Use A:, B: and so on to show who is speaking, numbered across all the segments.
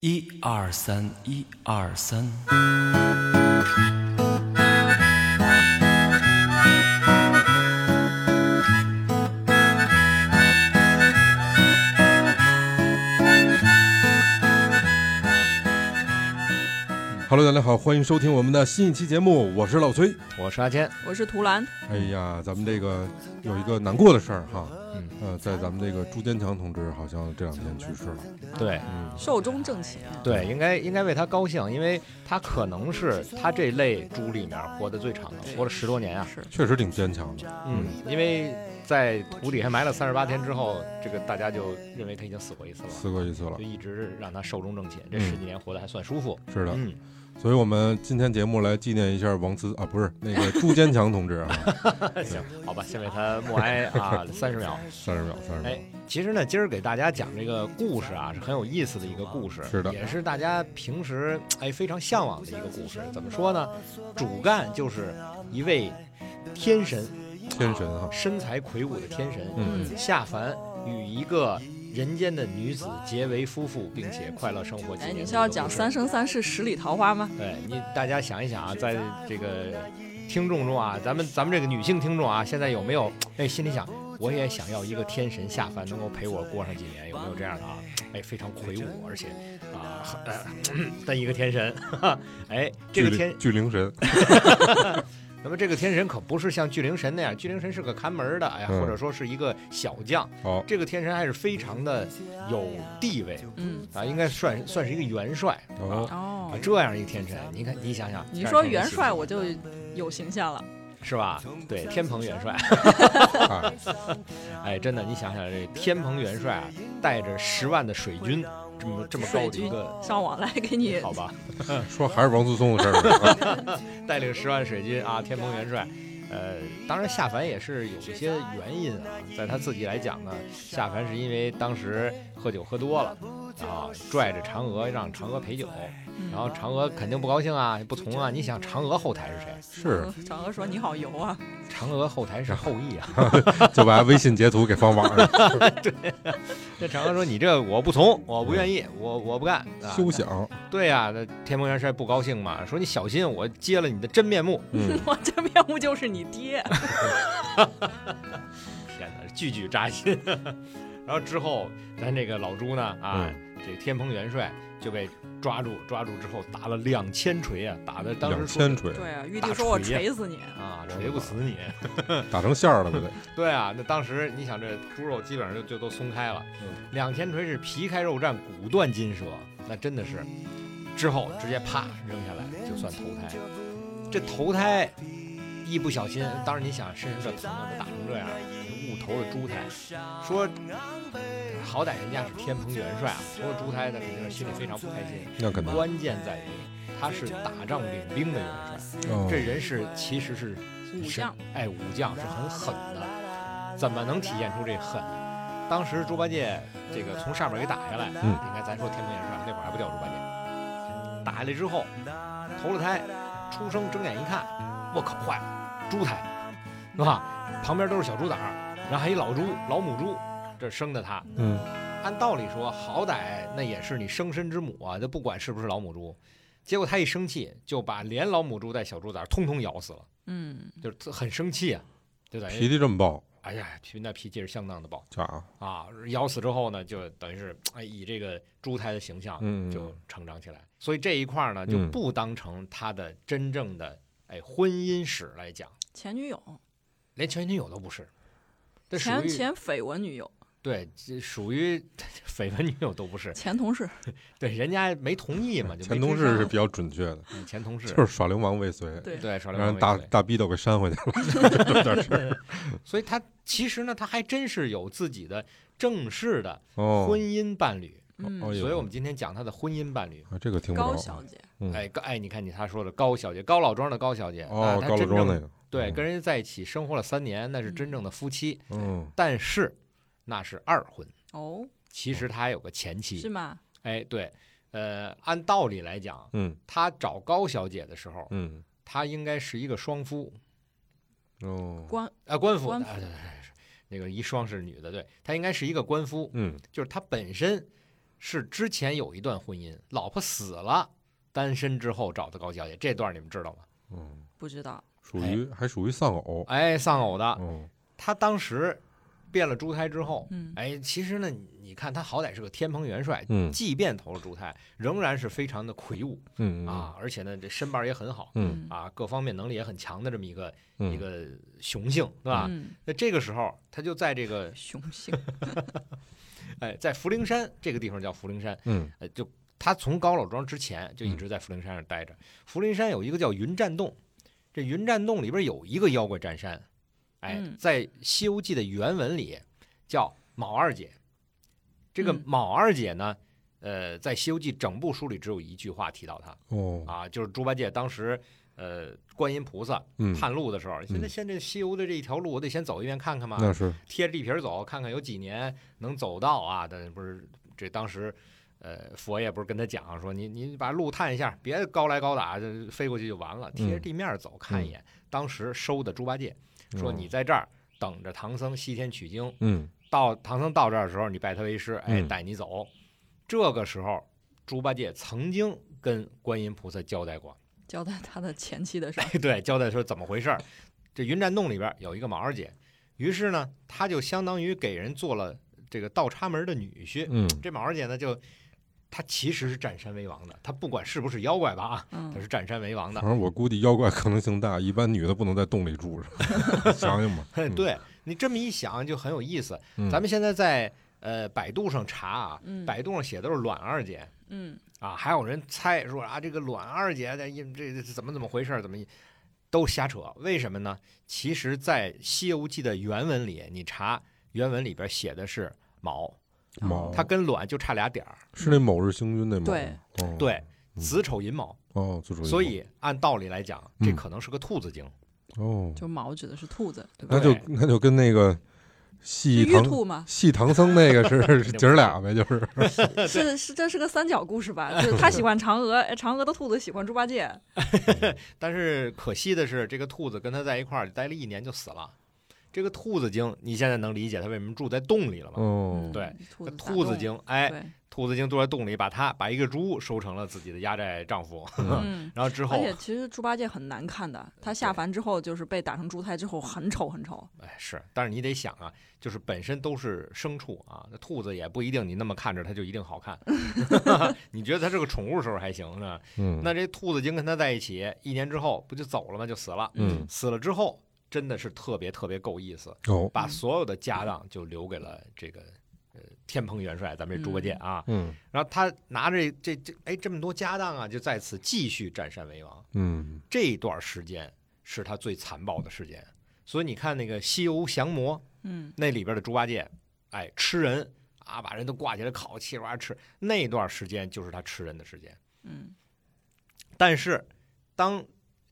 A: 一二三，一二三。
B: Hello，大家好，欢迎收听我们的新一期节目，我是老崔。
C: 我是阿坚，
D: 我是图兰，
B: 哎呀，咱们这个有一个难过的事儿哈，
C: 嗯
B: 呃，在咱们这个朱坚强同志好像这两天去世了，
C: 对
B: 嗯，
D: 寿终正寝。啊
C: 对，应该应该为他高兴，因为他可能是他这类猪里面活得最长的，活了十多年啊。
D: 是
B: 确实挺坚强的，
C: 嗯，因为在土底下埋了三十八天之后，这个大家就认为他已经死过一次了，
B: 死过一次了
C: 就，一直让他寿终正寝，这
B: 嗯
C: 十几年活得还算舒服。
B: 是的，
C: 嗯，
B: 所以我们今天节目来纪念一下王思啊，不是那个朱坚强同志啊，
C: 行，好吧，先为他默哀啊三十秒。
B: 三十秒，三十秒
C: 哎，其实呢，今儿给大家讲这个故事啊，是很有意思的一个故事，
B: 是的
C: 也是大家平时哎非常向往的一个故事。怎么说呢？主干就是一位天神，
B: 天神哈，
C: 身材魁梧的天神，
B: 嗯嗯，
C: 下凡与一个人间的女子结为夫妇，并且快乐生活几
D: 哎，
C: 年的一个故事。
D: 你是要讲三生三世十里桃花吗？
C: 对你，大家想一想啊，在这个听众中啊，咱们咱们这个女性听众啊，现在有没有哎心里想，我也想要一个天神下凡，能够陪我过上几年，有没有这样的啊？哎，非常魁梧，而且啊，很呃的一个天神，哈哈 哎，这个
B: 巨
C: 天
B: 灵，巨灵 神，
C: 那么这个天神可不是像巨灵神那样，巨灵神是个看门儿的，哎呀，
B: 嗯哦
C: 或者说是一个小将，
B: 好，
C: 这个天神还是非常的有地位
D: 嗯，
C: 啊，应该算算是一个元帅
B: 哦，
C: 啊
D: 哦，，
C: 这样一个天神，你看你想想，
D: 你
C: 这样
D: 说
C: 天神
D: 元
C: 喜
D: 帅
C: 欢
D: 我就有形象了。
C: 是吧？对，天蓬元帅，
B: 哎
C: 哎，真的，你想想这天蓬元帅啊，带着十万的水军，这么这么高
D: 水
C: 的一
D: 军
C: 个，
D: 上网来给你
C: 哦好吧，
B: 说还是王思聪的事儿啊，
C: 带领十万水军啊，天蓬元帅。呃，当然下凡也是有一些原因啊，在他自己来讲呢，下凡是因为当时喝酒喝多了啊，拽着嫦娥让嫦娥陪酒，
D: 嗯
C: 然后嫦娥肯定不高兴啊，不从啊。你想嫦娥后台是谁？
B: 是
D: 嫦娥嗯说你好油啊，
C: 嫦娥后台是后羿啊。
B: 就把微信截图给放网上，
C: 这嫦娥说你这我不从，我不愿意，我我不干。啊
B: 休想，
C: 对呀、那天蓬元帅不高兴嘛，说你小心，我揭了你的真面目。
B: 嗯，
D: 我这面目就是你爹。
C: 天哪，句句扎心。 然后之后，咱这个老朱呢，啊，这天蓬元帅就被抓住，抓住之后打了两千锤啊，打的当时
B: 两
C: 说
B: 千锤
D: 对啊，玉
C: 大
D: 帝说我
C: 锤呀
D: 锤死你。
C: 啊，锤不死你。
B: 打成馅儿了，不得，
C: 对啊，那当时你想这猪肉基本上就就都松开了，
B: 嗯
C: 两千锤是皮开肉绽，骨断筋折，那真的是之后直接啪扔下来就算投胎。这投胎一不小心，当然你想身上这疼啊，都打成这样，误投了猪胎。说好歹人家是天蓬元帅啊，投了猪胎那肯定是心里非常不开心。
B: 那肯定，
C: 关键在于他是打仗领兵的元帅，
B: 哦
C: 这人是其实是
D: 武将，
C: 哎，武将是很狠的，怎么能体现出这狠？当时猪八戒这个从上面给打下来，
B: 嗯
C: 应该咱说天蓬元帅那会儿还不叫猪八戒，打下来之后投了胎，出生睁眼一看，我靠，坏了，猪胎，是吧？旁边都是小猪崽儿，然后还一老猪、老母猪，这生的他。
B: 嗯，
C: 按道理说，好歹那也是你生身之母啊，就不管是不是老母猪。结果他一生气，就把连老母猪带小猪崽儿通通咬死了。
D: 嗯，
C: 就是很生气啊，就等
B: 脾
C: 于
B: 气这么暴，
C: 哎呀，皮那脾气是相当的暴
B: 家伙，
C: 啊！咬死之后呢，就等于是哎以这个猪胎的形象
B: 嗯，嗯
C: 就成长起来，所以这一块儿呢就
B: 嗯
C: 不当成他的真正的哎婚姻史来讲，
D: 前女友，
C: 连前女友都不是，这属
D: 前
C: 于
D: 前绯闻女友，
C: 对这属于 绯闻女友都不是，
D: 前同事。
C: 对人家没同意嘛，就没
B: 前同
C: 追
B: 事
C: 上
B: 是比较准确的，
C: 嗯前同事
B: 就是耍流氓未遂，
D: 对，
C: 对耍流
B: 让
C: 氓
B: 人大
C: 未遂
B: 大逼都给扇回去 了，这点事儿。
C: 所以他其实呢他还真是有自己的正式的
B: 哦，
C: 婚姻伴侣。
B: 哦
D: 嗯，
B: 呦
C: 所以我们今天讲她的婚姻伴侣。
B: 啊这个听不
C: 哦
D: 高
B: 着。
D: 小姐，
B: 嗯
C: 哎，高哎，你看你他说的高小姐，高老庄的高小姐，
B: 哦，
C: 啊、
B: 高老庄那
C: 的，
B: 个，
C: 对，
B: 嗯
C: 跟人家在一起生活了三年，那是真正的夫妻，
B: 嗯，
C: 但是那是二婚，
D: 哦，
C: 其实他还有个前
D: 是
C: 妻。
D: 吗？
C: 哎，对，呃，按道理来讲，
B: 嗯
C: 他找高小姐的时候，
B: 嗯，
C: 他应该是一个双夫，
B: 哦，
D: 官
C: 啊，官夫，
D: 官
C: 啊对对对，对那个一双是女的，对，她应该是一个官夫，
B: 嗯
C: 就是她本身是之前有一段婚姻，老婆死了，单身之后找的高小姐，这段你们知道吗？
B: 嗯，
D: 不知道，
B: 属于还属于丧偶，
C: 哎，丧偶的，
B: 嗯
C: 她当时变了猪胎之后，
D: 嗯，
C: 哎，其实呢，你看她好歹是个天蓬元帅，
B: 嗯
C: 即便投了猪胎，仍然是非常的魁梧
B: 嗯
C: 啊，而且呢，这身板也很好
B: 嗯
C: 啊，各方面能力也很强的这么一个
B: 嗯
C: 一个雄性，对吧？
D: 嗯，
C: 那这个时候，她就在这个
D: 雄性，
C: 哎，在福陵山这个地方叫福陵山，
B: 嗯
C: 呃，就他从高老庄之前就一直在福陵山上待着。福陵山有一个叫云栈洞，这云栈洞里边有一个妖怪占山，哎，
D: 嗯
C: 在《西游记》的原文里叫卯二姐。这个
D: 嗯
C: 卯二姐呢，呃，在《西游记》整部书里只有一句话提到她
B: 哦
C: 啊，就是猪八戒当时呃观音菩萨
B: 嗯，
C: 探路的时候，现在
B: 嗯
C: 现在西游的这一条路，我得先走一遍看看嘛。
B: 那是
C: 贴着地皮儿走，看看有几年能走到啊？但是不是这当时，呃，佛爷不是跟他讲说，你你把路探一下，别高来高打，就飞过去就完了，贴着地面儿走看一眼。当时收的猪八戒
B: 哦
C: 说，你在这儿等着唐僧西天取经，
B: 嗯
C: 到唐僧到这儿的时候，你拜他为师，哎，
B: 嗯
C: 带你走。这个时候，猪八戒曾经跟观音菩萨交代过，
D: 交代他的前妻的事儿，
C: 对，交代说怎么回事儿。这云栈洞里边有一个马二姐，于是呢，她就相当于给人做了这个倒插门的女婿。
B: 嗯
C: 这马二姐呢，就她其实是占山为王的，她不管是不是妖怪吧啊，她
D: 嗯，
C: 是占山为王
B: 反
C: 的。。
B: 正我估计妖怪可能性大，一般女的不能在洞里住着，想想吧
D: 嗯
C: 对你这么一想就很有意思。
B: 嗯，
C: 咱们现在在呃百度上查啊，
D: 嗯
C: 百度上写的都是阮二姐
D: 嗯，
C: 啊，还有人猜说啊，这个阮二姐的这这这怎么怎么回事儿，怎么一都瞎扯？为什么呢？其实，在《西游记》的原文里，你查原文里边写的是卯，
B: 卯
C: 它跟卵就差俩点儿，
B: 是那某日星君那卯，
D: 对
B: 哦
C: 对，
B: 嗯
C: 子丑寅卯，
B: 哦，最主要
C: 所以按道理来讲，这
B: 嗯
C: 可能是个兔子精。
B: 哦，
D: 就卯指的是兔子，对吧
B: 那？就
C: 对
B: 那就跟那个戏
D: 是玉
B: 唐
D: 兔吗？
B: 戏唐僧那 个是姐儿俩呗，就是
D: 是是，这是个三角故事吧？就是他喜欢嫦娥，哎嫦娥的兔子喜欢猪八戒，
C: 但是可惜的是，这个兔子跟它在一块儿待了一年就死了。这个兔子精，你现在能理解它为什么住在洞里了吗？
B: 哦，
C: 对
D: 嗯，兔
C: 这
D: 子打
C: 兔子
D: 洞，
C: 精，哎，
D: 对，
C: 兔子精住在洞里，把它把一个猪收成了自己的压寨丈夫，
D: 嗯。
C: 然后之
D: 而
C: 后
D: 且其实猪八戒很难看的，他下
C: 对
D: 凡之后就是被打成猪胎之后很丑很丑，
C: 哎，是，但是你得想啊，就是本身都是牲畜啊，那兔子也不一定你那么看着它就一定好 看。 你觉得它是个宠物时候还行呢，
B: 嗯，
C: 那这兔子精跟它在一起一年之后不就走了吗？就死了。
B: 嗯
C: 死了之后真的是特别特别够意思，
B: 哦，
C: 把
D: 嗯
C: 所有的家当就留给了这个呃天蓬元帅，咱们这猪八戒啊。
B: 嗯
C: 然后他拿着这这哎这么多家当啊，就在此继续占山为王。
B: 嗯
C: 这段时间是他最残暴的时间。所以你看那个《西游降魔》
D: 嗯，
C: 那里边的猪八戒，哎，吃人啊，把人都挂起来烤，气哇吃。那段时间就是他吃人的时间。
D: 嗯
C: 但是当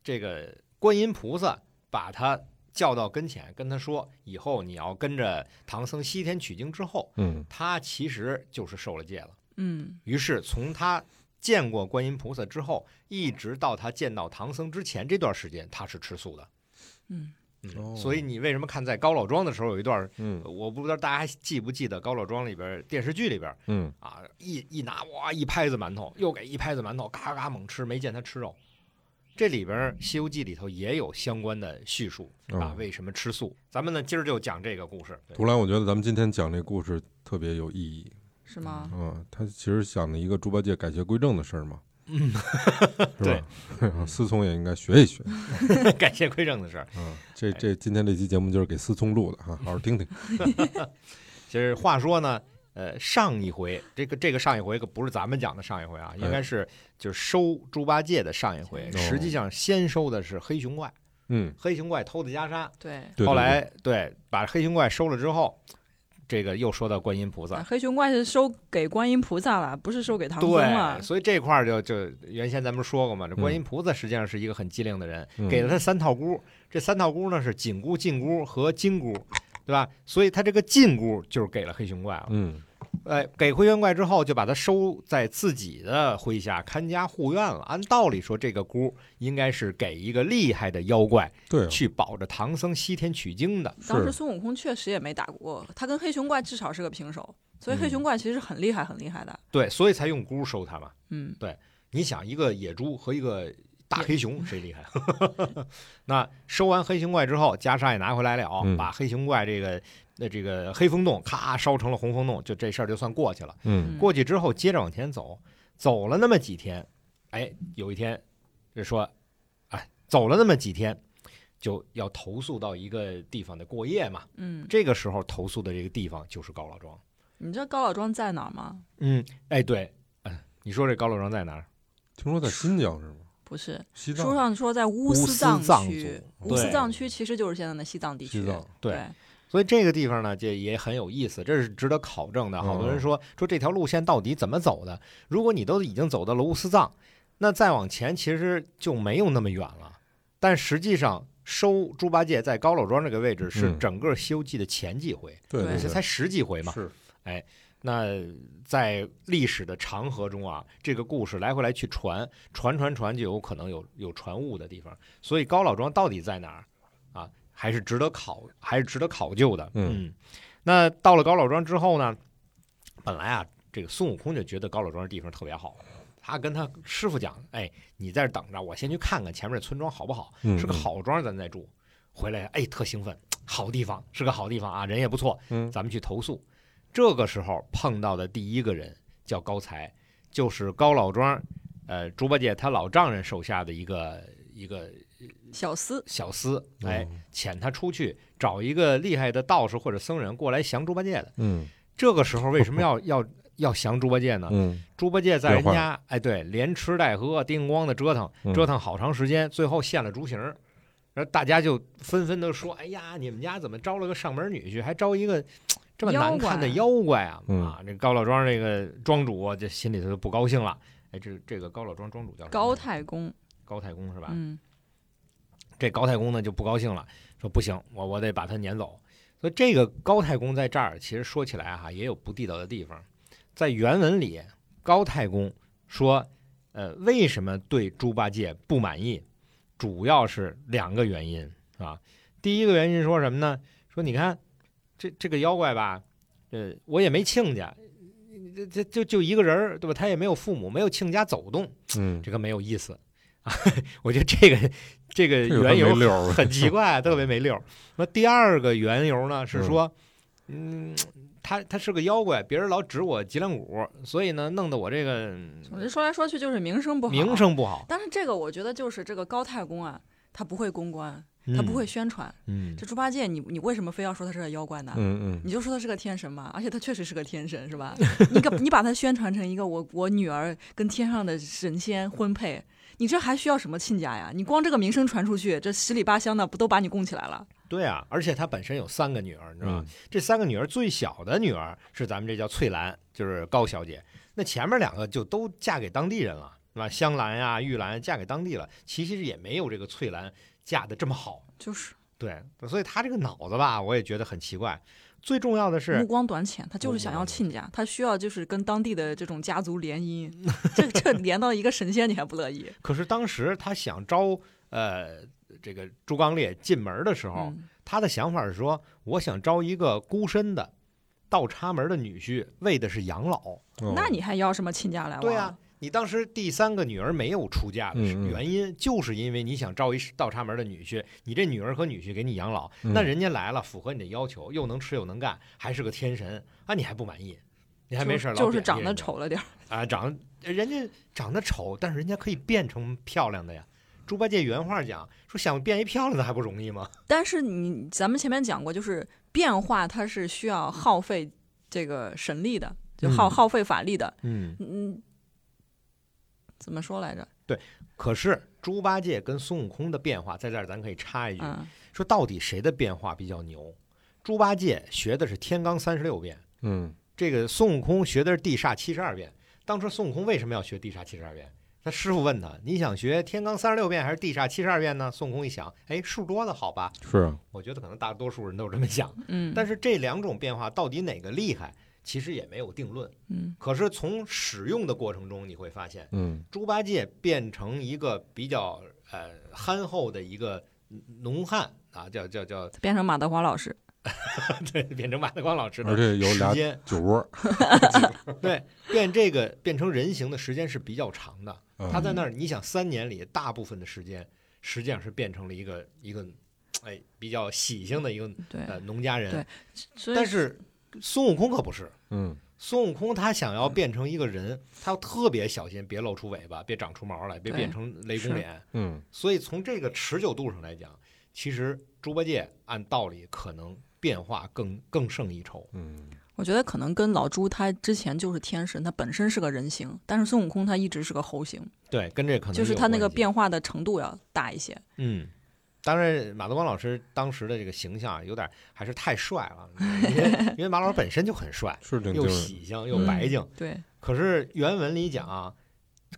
C: 这个观音菩萨把他叫到跟前，跟他说以后你要跟着唐僧西天取经之后，
B: 嗯
C: 他其实就是受了戒了。
D: 嗯
C: 于是从他见过观音菩萨之后，一直到他见到唐僧之前这段时间，他是吃素的。
D: 嗯，
B: 哦
C: 所以你为什么看在高老庄的时候有一段，
B: 嗯
C: 我不知道大家还记不记得高老庄里边电视剧里边
B: 嗯
C: 啊，一一拿哇一拍子馒头，又给一拍子馒头，嘎嘎猛吃，没见他吃肉。这里边《西游记》里头也有相关的叙述啊
B: 哦，
C: 为什么吃素？咱们呢今儿就讲这个故事。对
B: 图兰，我觉得咱们今天讲这故事特别有意义。
D: 是吗？
B: 嗯，他其实想了一个猪八戒改邪归正的事儿嘛， 嗯，
C: 对
B: 是吧？思聪也应该学一学。
C: 感谢归正的事儿。
B: 嗯，这这今天这期节目就是给思聪录的哈，好好听听。
C: 其实话说呢，呃，上一回这个这个上一回可不是咱们讲的上一回啊，应该是就是收猪八戒的上一回。
B: 哎哦
C: 实际上先收的是黑熊怪，
B: 嗯，
C: 黑熊怪偷的袈裟，
D: 对，
B: 对
C: 后来对把黑熊怪收了之后，这个又说到观音菩萨
D: 啊。黑熊怪是收给观音菩萨了，不是收给唐僧了
C: 对，。所以这块儿就就原先咱们说过嘛，这观音菩萨实际上是一个很机灵的人，
B: 嗯
C: 给了他三套箍，这三套箍呢是紧箍、禁箍和金箍，对吧？所以他这个禁箍就是给了黑熊怪了。
B: 嗯
C: 哎，给回原怪之后，就把他收在自己的麾下看家护院了。按道理说，这个箍应该是给一个厉害的妖怪
B: 对啊，
C: 去保着唐僧西天取经的。
D: 当时
B: 是
D: 孙悟空确实也没打过，他跟黑熊怪至少是个平手。所以
B: 嗯
D: 黑熊怪其实很厉害，很厉害的。
C: 对，所以才用箍收它嘛。
D: 嗯，
C: 你想一个野猪和一个大黑熊谁厉害？ 那收完黑熊怪之后，袈裟也拿回来了，啊
B: 嗯
C: 把黑熊怪这个那这个黑风洞咔烧成了红风洞，就这事儿就算过去了。
B: 嗯
C: 过去之后，接着往前走，走了那么几天，哎，有一天就说，哎，走了那么几天，就要投宿到一个地方得过夜嘛。
D: 嗯，
C: 这个时候投宿的这个地方就是高老庄。
D: 你知道高老庄在哪儿吗？
C: 嗯，哎，对，嗯，你说这高老庄在哪儿？
B: 听说在新疆是吗？
D: 不是，
B: 西
D: 书
B: 藏，
D: 上说在乌
C: 乌
D: 斯
C: 斯藏
D: 藏区，
C: 族
D: 乌斯
C: 对
D: 藏区其实就是现在的西藏地区。
B: 西藏，
C: 对，所以这个地方呢，这也很有意思，这是值得考证的。好多
B: 嗯
C: 人说说这条路线到底怎么走的？如果你都已经走到了乌斯藏，那再往前其实就没有那么远了。但实际上，收猪八戒在高老庄这个位置是
B: 嗯
C: 整个《西游记》的前几回，
B: 对
D: 对
C: 这
B: 对
C: 才十几回
B: 对，
C: 嘛。
B: 是
C: 那在历史的长河中啊，这个故事来回来去传，传传传就有可能有有传误的地方。所以高老庄到底在哪儿啊，还是值得考，还是值得考究的。
B: 嗯
C: 那到了高老庄之后呢，本来啊，这个孙悟空就觉得高老庄这地方特别好。他跟他师傅讲：“哎，你在这儿等着，我先去看看前面这村庄好不好。
B: 嗯
C: 是个，好庄，咱再住。回来，哎，特兴奋，好地方，是个好地方啊，人也不错，
B: 嗯
C: 咱们去投宿。这个时候碰到的第一个人叫高才，就是高老庄，呃，猪八戒他老丈人手下的一个一个
D: 小厮，
C: 小厮，哎，
B: 嗯
C: 遣他出去找一个厉害的道士或者僧人过来降猪八戒的。
B: 嗯
C: 这个时候为什么要要要降猪八戒呢？
B: 嗯
C: 猪八戒在人
B: 变
C: 家，哎，对，连吃带喝，叮咣的折腾，
B: 嗯
C: 折腾好长时间，最后现了猪形儿。然后大家就纷纷的说：“哎呀，你们家怎么招了个上门女婿，还招一个这么难看的妖啊怪啊？”
B: 嗯
C: 啊，这高老庄这个庄主啊这心里头就不高兴了。哎，这这个高老庄庄主叫什么
D: 高太公，
C: 高太公是吧？
D: 嗯，
C: 这高太公呢就不高兴了，说不行，我我得把他撵走。所以这个高太公在这儿，其实说起来哈、也有不地道的地方。在原文里，高太公说，呃，为什么对猪八戒不满意，主要是两个原因啊。第一个原因说什么呢？说你看这这个妖怪吧，呃，我也没亲家，这这就就一个人儿对吧？他也没有父母，没有亲家走动，
B: 嗯，
C: 这个没有意思啊。 我觉得这个这个
B: 这个
C: 缘
B: 没
C: 由
B: 溜儿，
C: 很奇怪，特别没溜儿。那第二个缘由呢是说，嗯，他他是个妖怪，别人老指我脊梁骨，所以呢，弄得我这个嗯
D: 总之说来说去就是名声不好，
C: 名。声不好，
D: 但是这个我觉得就是这个高太公啊，他不会公关，他不会宣传。
C: 嗯，
D: 这猪八戒你，你为什么非要说他是个妖怪呢？
B: 嗯嗯
D: 你就说他是个天神吧，而且他确实是个天神，是吧？你个你把他宣传成一个我我女儿跟天上的神仙婚配，你这还需要什么亲家呀？你光这个名声传出去，这十里八乡的不都把你供起来了？
C: 对啊，而且他本身有三个女儿，你知道吗
B: 嗯？
C: 这三个女儿最小的女儿是咱们这叫翠兰，就是高小姐。那前面两个就都嫁给当地人了，是吧？香兰呀、玉兰嫁给当地了，其实也没有这个翠兰嫁的这么好。
D: 就是
C: 对，所以他这个脑子吧，我也觉得很奇怪。最重要的
D: 目
C: 是，
D: 光短浅，他就是
C: 哦
D: 想要亲家，他需要就是跟当地的这种家族联姻， 这这连到一个神仙你还不乐意？
C: 可是当时他想招呃这个朱刚烈进门的时候，
D: 嗯，
C: 他的想法是说，我想招一个孤身的倒插门的女婿，为的是养老。
B: 哦
D: 那你还要什么亲家来往？
C: 对啊，你当时第三个女儿没有出嫁的是
B: 嗯嗯
C: 原因，就是因为你想招一倒插门的女婿，你这女儿和女婿给你养老，
B: 嗯
C: 那人家来了，符合你的要求，又能吃又能干，还是个天神啊，你还不满意？你还没事儿
D: 就
C: 老
D: 是
C: 贬低
D: 长
C: 人
D: 得
C: 家
D: 丑了点儿，
C: 啊，长人家长得丑，但是人家可以变成漂亮的呀。猪八戒原话讲说，想变一漂亮的还不容易吗？
D: 但是你咱们前面讲过，就是变化它是需要耗费这个神力的，就耗、
C: 嗯
D: 耗费法力的。
C: 嗯，
D: 嗯，怎么说来着？
C: 可是猪八戒跟孙悟空的变化，在这儿咱可以插一句，
D: 嗯，
C: 说到底谁的变化比较牛？猪八戒学的是天罡三十六变，
B: 嗯
C: 这个孙悟空学的是地煞七十二变。当初孙悟空为什么要学地煞七十二变？他师傅问他：“你想学天罡三十六变还是地煞七十二变呢？”孙悟空一想，哎，数多了好吧？
B: 是啊，
C: 我觉得可能大多数人都是这么想。
D: 嗯，
C: 但是这两种变化到底哪个厉害，其实也没有定论。
D: 嗯，
C: 可是从使用的过程中，你会发现
B: 嗯
C: 猪八戒变成一个比较呃憨厚的一个农汉啊，叫叫叫
D: 变成马德华老师，
C: 对，变成马德光老师
B: 而
C: 的
B: 且有俩
C: 时间，
B: 酒窝，
C: 对，变这个变成人形的时间是比较长的。他
B: 嗯，
C: 在那儿，你想三年里大部分的时间，实际上是变成了一个一个，哎，比较喜庆的一个
D: 对，
C: 呃农家
D: 对
C: 人。
D: 所以
C: 但是孙悟空可不是，
B: 嗯，
C: 孙悟空他想要变成一个人，他要特别小心，别露出尾巴，别长出毛来，别
D: 对
C: 变成雷公
D: 是
C: 脸。
B: 嗯，
C: 所以从这个持久度上来讲，其实猪八戒按道理可能变化更更胜一筹。
B: 嗯，
D: 我觉得可能跟老朱他之前就是天神，他本身是个人形，但是孙悟空他一直是个猴形，
C: 对，跟这可能
D: 就是
C: 有
D: 他那个
C: 关系
D: 变化的程度要大一些。
C: 嗯，当然，马德光老师当时的这个形象啊有点还是太帅了，因 为因为马老师本 身就嗯很帅，
B: 是挺
C: 又
B: 惊人，
C: 喜庆又
D: 嗯
C: 白净。
D: 对，
C: 可是原文里讲啊，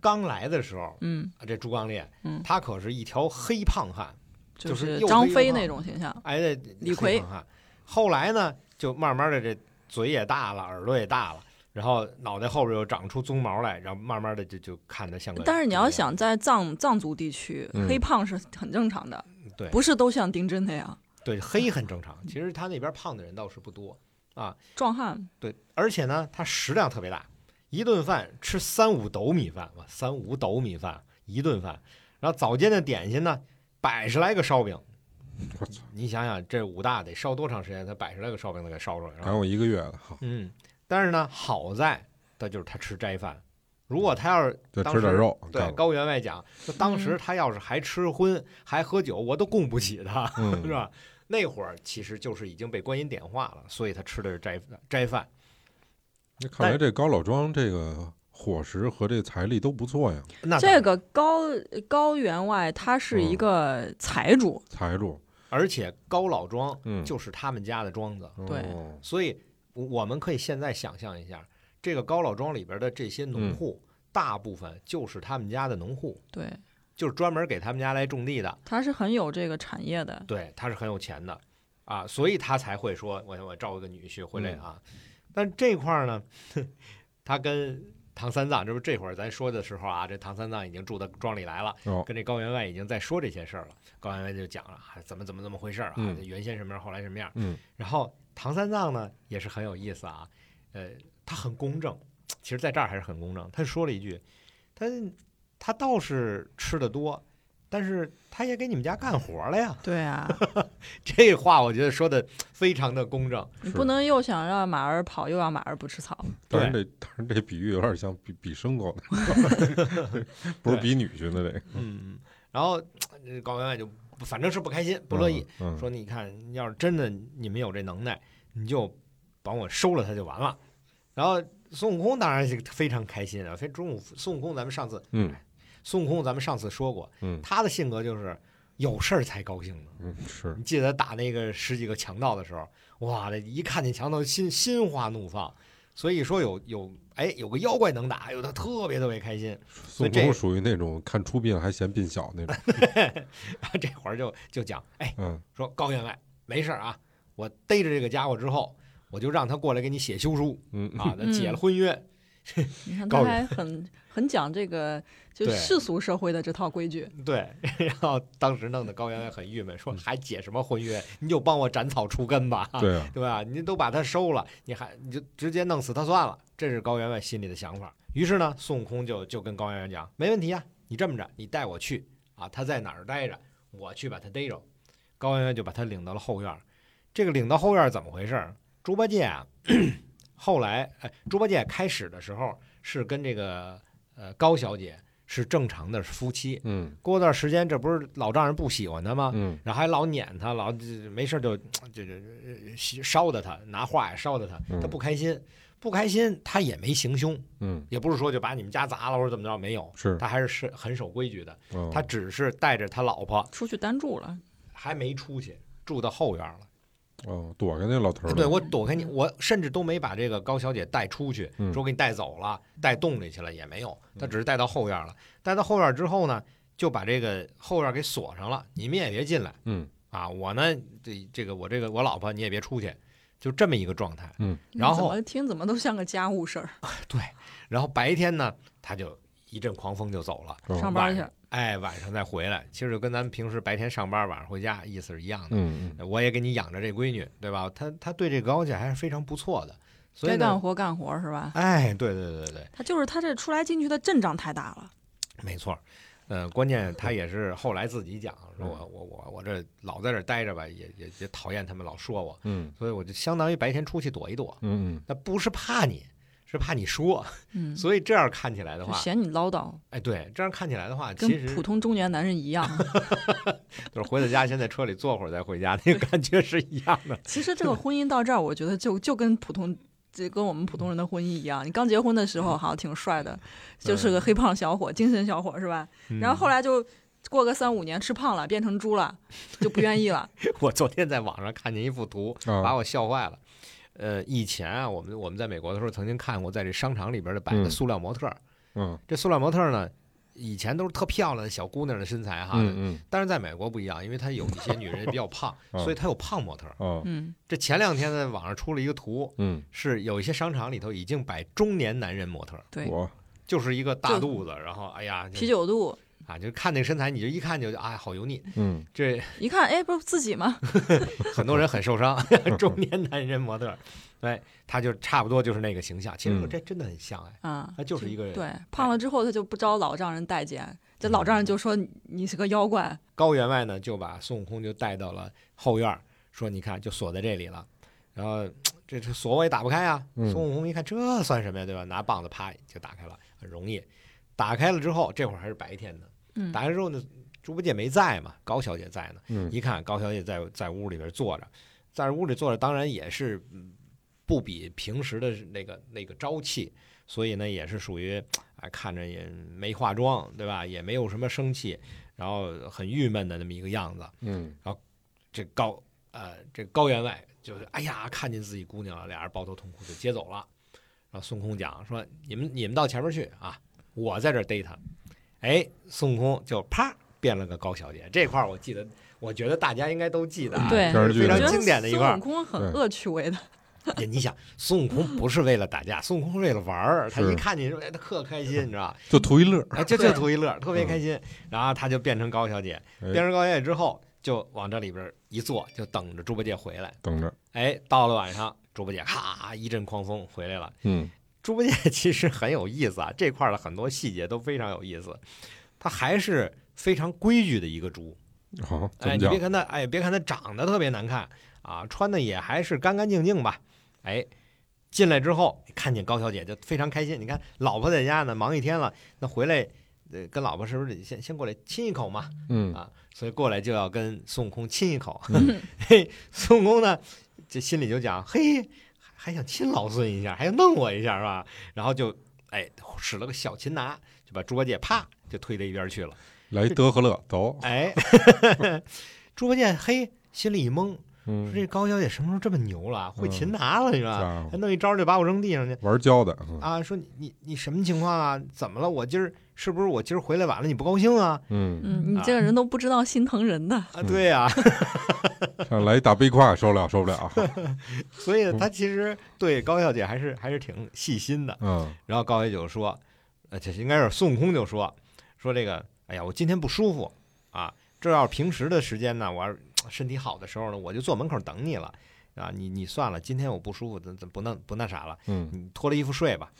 C: 刚来的时候，
D: 嗯，
C: 啊这朱刚烈，
D: 嗯
C: 他可是一条黑胖汉，就是是又
D: 张
C: 黑又
D: 飞
C: 胖
D: 那种形象，
C: 哎，这
D: 李逵
C: 黑胖汉。后来呢，就慢慢的这嘴也大了，耳朵也大了。然后脑袋后边又长出鬃毛来，然后慢慢的就就看着像个。
D: 但是你要，想在藏藏族地区，
B: 嗯
D: 黑胖是很正常的，
C: 对
D: 不是都像丁真那样
C: 对黑很正常。其实他那边胖的人倒是不多，
D: 壮汉。
C: 对，而且呢，它食量特别大，一顿饭吃三五斗米饭哇，三五斗米饭一顿饭，然后早间的点心呢，百十来个烧饼。
B: 我操，
C: 你想想，这武大得烧多长时间，才百十来个烧饼才给烧出来？然
B: 赶
C: 后，
B: 我一个月了，好，
C: 嗯，但是呢，好在他就是他吃斋饭，如果他要是
B: 就
C: 当
B: 吃点
C: 时
B: 肉，
C: 对
B: 干了，
C: 高员外讲，就当
D: 嗯
C: 时他要是还吃荤还喝酒，我都供不起他。是
B: 嗯，
C: 吧？那会儿其实就是已经被观音点化了，所以他吃的是斋斋饭。
B: 那看来这高老庄这个伙食和这财力都不错呀，
C: 那当
D: 这
C: 然嗯
D: 个高高员外他是一个财主，
B: 财主，
C: 而且高老庄
B: 嗯，
C: 就是他们家的庄子，
D: 对
B: 哦
C: 所以我我们可以现在想象一下，这个高老庄里边的这些
B: 嗯
C: 农户，大部分就是他们家的农户，
D: 对，
C: 就是专门给他们家来种地的，
D: 他是很有这个产业的。
C: 对，他是很有钱的啊，所以他才会说，我我招一个女婿回来
B: 嗯
C: 啊。但这块儿呢， 他跟唐三藏，这不这会儿咱说的时候啊，这唐三藏已经住到庄里来了，
B: 哦，
C: 跟这高员外已经在说这些事儿了。高员外就讲了，啊怎么怎么怎么回事儿啊，
B: 嗯
C: 这原先什么样，后来什么样。
B: 嗯，
C: 然后唐三藏呢也是很有意思啊，呃，他很公正，其实在这儿还是很公正。他说了一句，他他倒是吃的多，但是他也给你们家干活了呀。
D: 对啊，
C: 这话我觉得说的非常的公正。
D: 你
B: 是
D: 不能又想让马儿跑，又让马儿不吃草。
B: 当然这当然这比喻有点像比比牲口的， 不是比女婿的这个，
C: 嗯，然后呃高员外就反正是不开心，不乐意。
B: 嗯，
C: 说你看，要是真的你们有这能耐，你就把我收了他就完了。然后孙悟空当然是非常开心啊，非中午孙悟空咱们上次
B: 嗯
C: 孙悟空咱们上次说过，
B: 嗯
C: 他的性格就是有事儿才高兴呢。
B: 嗯是
C: 你记得打那个十几个强盗的时候，哇，这一看见强盗心心花怒放。所以说有有哎有个妖怪能打，有他特别特别开心，
B: 孙悟
C: 以这
B: 空属于那种看出殡还嫌殡小那种，
C: 然后这会儿就就讲哎
B: 嗯
C: 说高员外没事儿啊，我逮着这个家伙之后，我就让他过来给你写 休书，
B: 嗯
C: 啊，那
D: 嗯
C: 解了婚约，
D: 你看
C: 高
D: 他
C: 人
D: 还很很讲这个就
C: 对
D: 世俗社会的这套规矩。
C: 对， 然后当时弄得高员外很郁闷，说还解什么婚约？你就帮我斩草除根吧，
B: 对啊，
C: 对吧？你都把他收了，你还你就直接弄死他算了，这是高员外心里的想法。于是呢，孙悟空就就跟高员外讲，没问题啊，你这么着，你带我去啊，他在哪儿待着，我去把他逮着。高员外就把他领到了后院儿。这个领到后院儿怎么回事儿？猪八戒啊， 后来哎，猪八戒开始的时候是跟这个呃高小姐是正常的夫妻，
B: 嗯
C: 过段时间这不是老丈人不喜欢他吗？
B: 嗯
C: 然后还老撵他，老就没事就就就呃烧的他，拿话也烧的他，
B: 嗯
C: 他不开心，不开心他也没行凶，
B: 嗯
C: 也不是说就把你们家砸了或者怎么着，没有，
B: 是，
C: 他还是是很守规矩的，
B: 哦
C: 他只是带着他老婆
D: 出去单住了，
C: 还没出去，住到后院了。
B: 哦躲开那老头儿了，
C: 哎对我躲开你，我甚至都没把这个高小姐带出去，
B: 嗯
C: 说给你带走了，带洞里去了也没有，他只是带到后院了。带到后院之后呢，就把这个后院给锁上了，你们也别进来。
B: 嗯
C: 啊，我呢，这这个我这个我老婆你也别出去，就这么一个状态。
D: 你
C: 然
D: 怎
C: 后
D: 么听怎么都像个家务事儿，
C: 对，然后白天呢，他就一阵狂风就走了，
B: 哦
D: 上班去。
C: 哎，晚上再回来，其实就跟咱们平时白天上班，晚上回家啊意思是一样的。
B: 嗯，
C: 我也给你养着这闺女，对吧？她她对这高姐还是非常不错的，所以
D: 该干
C: 呢，
D: 活干活是吧？
C: 哎，对对对对，
D: 他就是他这出来进去的阵仗太大了，
C: 没错儿，呃，关键他也是后来自己讲，说
D: 嗯
C: 我我我我这老在这儿待着吧，也也也讨厌他们老说我，
B: 嗯
C: 所以我就相当于白天出去躲一躲
B: 嗯，嗯
C: 那不是怕你，是怕你说，
D: 嗯，
C: 所以这样看起来的
D: 就
C: 话，
D: 嫌你唠叨，
C: 哎，对，这样看起来的话，其
D: 跟
C: 实
D: 普通中年男人 一样。
C: 就是回到家先在车里坐会儿再回家，那个感觉是一样的。
D: 其实这个婚姻到这儿，我觉得就就跟普通。这跟我们普通人的婚姻一样，你刚结婚的时候好挺帅的，就是
C: 嗯
D: 个黑胖小伙，精神小伙是吧？然后后来就过个三五年，吃胖了，变成猪了，就不愿意 了。
C: 嗯我昨天在网上看见一幅图，
B: 啊
C: 把我笑坏了。呃，以前啊，我们我们在美国的时候曾经看过，在这商场里边的摆的
B: 嗯
C: 塑料模特儿，
B: 嗯
C: 这塑料模特儿呢，以前都是特漂亮的小姑娘的身材哈，
B: 嗯
C: 但是在美国不一样，因为她有一些女人也比较胖，
B: 嗯
C: 所以她有胖模特儿。
B: 嗯啊
D: 嗯，
C: 这前两天在网上出了一个图，
B: 嗯，
C: 是有一些商场里头已经摆中年男人模特儿，
D: 对，
B: 嗯我
C: 就是一个大
D: 就
C: 肚子，然后哎呀，就
D: 啤酒肚
C: 啊，就看那身材，你就一看就哎好油腻。
B: 嗯
C: 这
D: 一看，哎，不是自己吗？
C: 很多人很受伤， 中年男人模特儿，哎，他就差不多就是那个形象。其实
B: 嗯
C: 这真的很像哎，
D: 啊，
C: 他就是一个
D: 对，胖了之后他就不招老丈人待见，这老丈人
C: 嗯
D: 就说你你是个妖怪，
C: 高员外呢就把孙悟空就带到了后院儿，说你看就锁在这里了，然后这这锁我也打不开啊。
B: 嗯
C: 孙悟空一看这算什么呀，对吧？拿棒子啪就打开了，很容易。打开了之后，这会儿还是白天呢。
D: 嗯
C: 打开之后呢，猪八戒没在嘛，高小姐在呢。
B: 嗯
C: 一看高小姐在在屋里边坐着，在屋里坐着，当然也是嗯不比平时的那个那个朝气，所以呢也是属于啊看着也没化妆，对吧？也没有什么生气，然后很郁闷的那么一个样子。
B: 嗯
C: 这高呃这高员外就是哎呀看见自己姑娘了，俩人抱头痛哭就接走了。然后孙悟空讲说你们你们到前面去啊，我在这儿逮他。哎，孙悟空就啪变了个高小姐，这块儿我记得，我觉得大家应该都记得啊，
D: 对
B: 电视
C: 这是
B: 剧
C: 非
D: 我觉
C: 常
D: 得
C: 经典的一块
D: 孙
C: 儿
D: 悟。空很
B: 对
D: 恶趣味的，
C: 哎你想，孙悟空不是为了打架，孙悟空是为了玩儿，他
B: 是
C: 一看你说哎他特开心，你知道吧？
B: 就图一乐，
C: 哎，就就
D: 对
C: 图一乐，特别开心。然后他就变成高小姐，
B: 哎
C: 变成高小姐之后，就往这里边一坐，就等着猪八戒回来。
B: 等着，
C: 哎，到了晚上，猪八戒咔一阵狂风回来了。
B: 嗯
C: 猪八戒其实很有意思啊，这块儿的很多细节都非常有意思。他还是非常规矩的一个猪，
B: 好，怎
C: 哎，
B: 么
C: 你
B: 讲
C: 别？看他，哎，别看他长得特别难看啊，穿的也还是干干净净吧。哎，进来之后看见高小姐就非常开心。你看老婆在家呢，忙一天了，那回来呃跟老婆是不是得先先过来亲一口嘛？
B: 嗯
C: 啊，所以过来就要跟孙悟空亲一口。 嘿，孙悟空呢，这心里就讲，嘿，还还想亲老孙一下，还想弄我一下是吧？然后就哎使了个小擒拿，就把猪八戒啪就推到一边去了。
B: 来德和乐，走，
C: 哎，猪八戒嘿心里一懵，说
B: 嗯，
C: 这高小姐什么时候这么牛了，会
B: 嗯
C: 擒拿了是吧？
B: 家
C: 还
B: 伙
C: 弄一招就把我扔地上去
B: 玩胶的，嗯
C: 啊！说你你你什么情况啊？怎么了？我今儿是不是我今儿回来晚了？你不高兴啊？
B: 嗯，
D: 嗯，你这个人都不知道心疼人的，
C: 啊，对 呀、嗯
B: 像来一大背胯，受不了，受不了，
C: 所
B: 嗯
C: 以他其实对高小姐还是还是挺细心的。
B: 嗯
C: 然后高小姐就说，呃，这应该是孙悟空就说说这个，哎呀，我今天不舒服啊，这要是平时的时间呢，我要是身体好的时候呢，我就坐门口等你了啊，你你算了，今天我不舒服，咱咱不弄不那啥了，
B: 嗯
C: 你脱了衣服睡吧。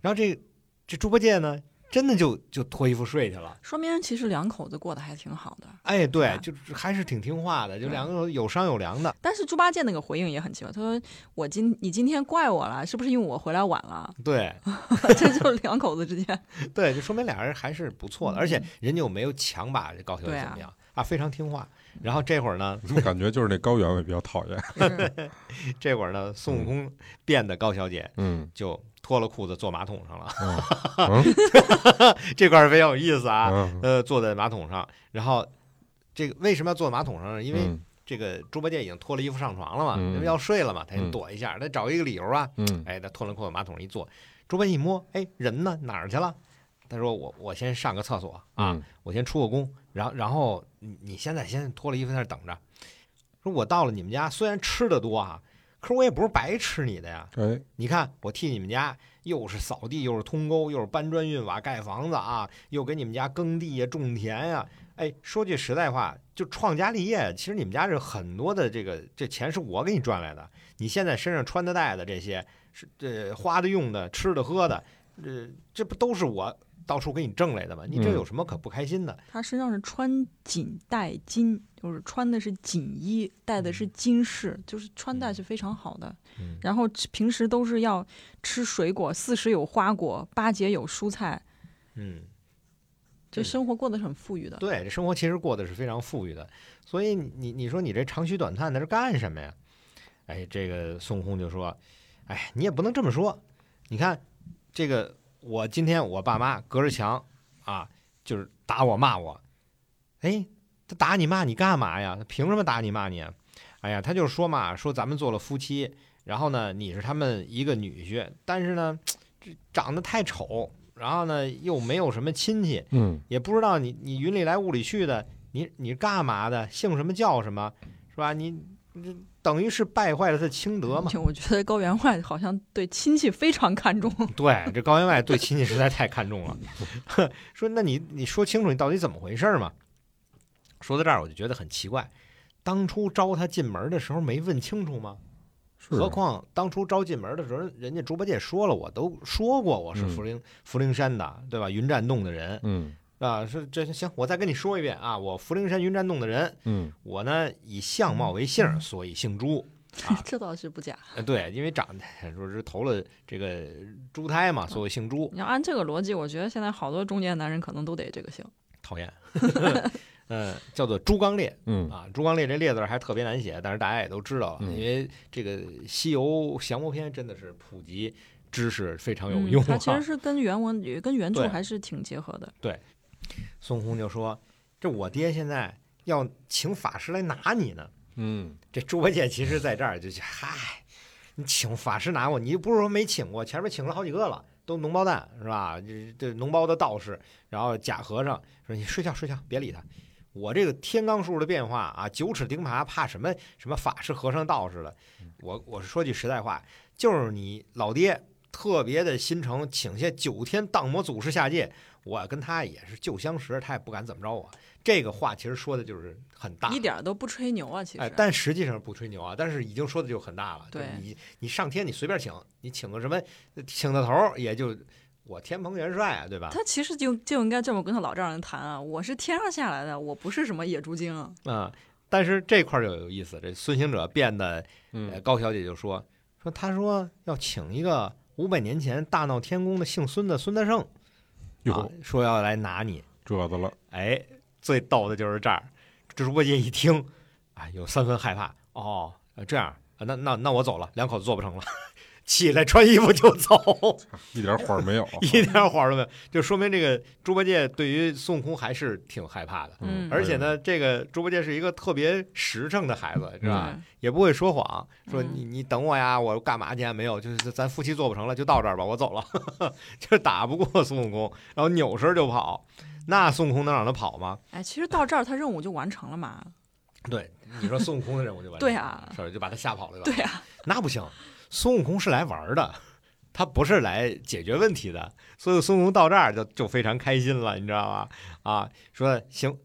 C: 然后这这猪八戒呢，真的就就脱衣服睡去了。
D: 说明其实两口子过得还挺好的。
C: 哎，对
D: 啊，
C: 就是还是挺听话的，就
D: 对
C: 两个有商有量的。
D: 但是猪八戒那个回应也很奇怪，他说：“我今你今天怪我了，是不是因为我回来晚了
C: 对，？”
D: 这就是两口子之间，
C: 对，就说明俩人还是不错的，而且人家又没有强把这高小姐
D: 嗯对
C: 怎
D: 啊嗯
C: 么样啊，非常听话。然后这会儿呢，
B: 怎么感觉就是那高原委比较讨厌，
D: 就是
C: 这会儿呢，孙悟空变的高小姐
B: 嗯
C: 就脱了裤子坐马桶上了，
B: 嗯 嗯
C: 这块儿非常有意思啊。
B: 嗯
C: 呃，坐在马桶上，然后这个为什么要坐马桶上呢？因为
B: 嗯
C: 这个猪八戒已经脱了衣服上床了嘛，
B: 嗯
C: 因为要睡了嘛，他就
B: 嗯
C: 躲一下，他找一个理由啊。
B: 嗯
C: 哎，他脱了裤子往马桶上一坐，猪八戒一摸，哎，人呢？哪儿去了？他说我我先上个厕所啊。
B: 嗯
C: 我先出个工，然后然后你你现在先脱了衣服在那儿等着。说我到了你们家，虽然吃的多啊，可是我也不是白吃你的呀。
B: 哎，
C: 你看，我替你们家又是扫地，又是通沟，又是搬砖运瓦盖房子啊，又给你们家耕地呀、种田呀、哎，说句实在话，就创家立业，其实你们家这很多的这个这钱是我给你赚来的。你现在身上穿的戴的这些，是这花的用的、吃的喝的，这这不都是我到处给你挣来的吗？你这
B: 嗯
C: 有什么可不开心的？
D: 他身上是穿锦带金，就是穿的是锦衣，戴的是金饰，就是穿戴是非常好的。
C: 嗯
D: 然后吃平时都是要吃水果，四时有花果，八节有蔬菜，
C: 嗯
D: 就
C: 嗯
D: 生活过得是很富裕的。
C: 对，这生活其实过得是非常富裕的，所以你你你说你这长吁短叹的是干什么呀？哎，这个孙悟空就说：“哎，你也不能这么说，你看这个我今天我爸妈隔着墙啊，就是打我骂我，哎，他打你骂你干嘛呀？他凭什么打你骂你啊？哎呀，他就说嘛，说咱们做了夫妻，然后呢，你是他们一个女婿，但是呢，这长得太丑，然后呢又没有什么亲戚，
B: 嗯，
C: 也不知道你你云里来雾里去的，你你干嘛的？姓什么叫什么？是吧？你你等于是败坏了他的清德嘛
D: 而且。我觉得高员外好像对亲戚非常看重，啊
B: 嗯
C: 对，这高员外对亲戚实在太看重 了。说，那你你说清楚你到底怎么回事儿嘛？说到这儿，我就觉得很奇怪，当初招他进门的时候没问清楚吗？
B: 是啊，
C: 何况当初招进门的时候，人家猪八戒说了，我都说过我是
B: 嗯
C: 福陵、福陵山的，对吧？云栈洞的人
B: 嗯
C: 啊，是这行，我再跟你说一遍啊，我福陵山云栈洞的人，
B: 嗯
C: 我呢以相貌为姓
D: 嗯
C: 儿，所以姓朱。 啊
D: 这倒是不假。
C: 呃，对，因为长得说是投了这个猪胎嘛，所以姓朱。
D: 你要按这个逻辑，我觉得现在好多中年男人可能都得这个姓。
C: 讨厌， 呃，叫做朱刚烈
B: 嗯，
C: 啊。朱刚烈这烈字儿还特别难写，但是大家也都知道了，啊
B: 嗯
C: 因为这个《西游降魔篇》真的是普及知识非常有用、啊
D: 嗯它其实是跟原文也跟原著
C: 对
D: 还是挺结合的。
C: 孙悟空就说：“这我爹现在要请法师来拿你呢。”
B: 嗯，
C: 这猪八戒其实在这儿就是嗨，你请法师拿我，你不是说没请过，前面请了好几个了，都脓包蛋是吧？这这脓包的道士，然后假和尚说你睡觉睡觉，别理他。我这个天罡数的变化啊，九齿钉耙怕什么什么法师、和尚、道士的？我我是说句实在话，就是你老爹特别的心诚，请些九天荡魔祖师下界，我跟他也是旧相识，他也不敢怎么着我。这个话其实说的就是很大，
D: 一点儿都不吹牛啊，其实。
C: 哎，但实际上不吹牛啊，但是已经说的就很大了。
D: 对
C: 就是你你上天你随便请，你请个什么，请个头儿也就我天蓬元帅啊，对吧？
D: 他其实就就应该这么跟他老丈人谈啊，我是天上下来的，我不是什么野猪精啊。
C: 啊、但是这块儿就有意思，这孙行者变得，
B: 嗯
C: 呃，高小姐就说说，她说要请一个五百年前大闹天宫的姓孙的孙大圣啊
B: 哟，，
C: 说要来拿你。
B: 折子了，
C: 哎，最逗的就是这儿，这猪八戒一听，啊，有三分害怕。哦，呃这样，啊那那那我走了，两口子做不成了， 起来穿衣服就走，
B: 一点火儿没 有，
C: 一点火儿都没有，就说明这个猪八戒对于孙悟空还是挺害怕的。
D: 嗯
C: 而且，呢，这个猪八戒是一个特别实诚的孩子，是吧？
D: 嗯
C: 也不会说谎，说
D: 嗯
C: 你你等我呀，我干嘛去啊？没有，就是咱夫妻做不成了，就到这儿吧，我走了。 就打不过孙悟空，然后扭身就跑。那孙悟空能让他跑吗？
D: 哎，其实到这儿他任务就完成了嘛。
C: 对，你说孙悟空的任务就完成了，
D: 对啊
C: 是吧就把他吓跑了，吧
D: 对啊，
C: 那不行，孙悟空是来玩儿的，他不是来解决问题的，所以孙悟空到这儿就就非常开心了，你知道吧？啊，说行，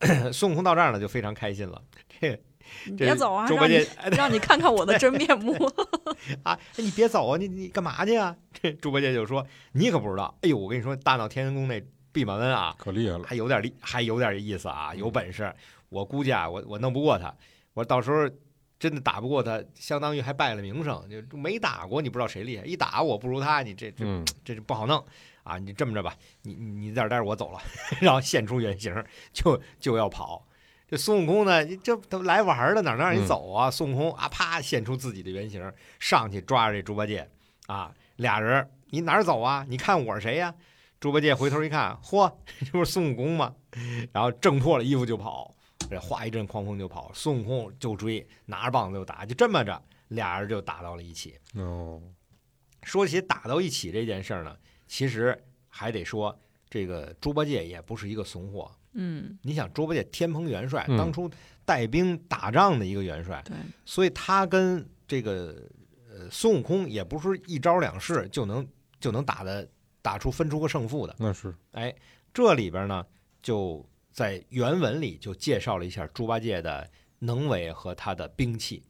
C: 孙悟空到这儿呢就非常开心了。这
D: 你
C: 这
D: 别走啊，
C: 猪八
D: 让
C: 戒
D: 你让你看看我的真面 目。
C: 哎啊，哎你别走啊，你你干嘛去啊？这猪八戒就说：“你可不知道，哎呦，我跟你说，大闹天宫那弼马温啊，
B: 可厉害了，
C: 还有点力，还有点意思啊，有本事。我估计啊，我我弄不过他，我到时候真的打不过他，相当于还败了名声。就没打过，你不知道谁厉害，一打我不如他，你这这
B: 嗯，
C: 这就不好弄啊！你这么着吧，你你你在这儿待着，我走了， 然后现出原形，就就要跑。这孙悟空呢，这他来玩儿的，哪能让你
B: 嗯
C: 走啊？孙悟空啊，啪现出自己的原形，上去抓着这猪八戒啊，俩人儿你哪儿走啊？你看我是谁呀、猪八戒回头一看，嚯， 这不是孙悟空吗？然后挣破了衣服就跑，这哗一阵狂风就跑，孙悟空就追，拿着棒子就打，就这么着，俩人就打到了一起。
B: 哦，
C: 说起打到一起这件事儿呢，其实还得说这个猪八戒也不是一个怂货。
D: 嗯，
C: 你想，猪八戒天蓬元帅，
B: 嗯
C: 当初带兵打仗的一个元帅，
D: 对，
C: 所以他跟这个呃孙悟空也不是一招两式就能就能打的打出分出个胜负的。
B: 那是
C: 哎，这里边呢就在原文里就介绍了一下猪八戒的能为和他的兵器。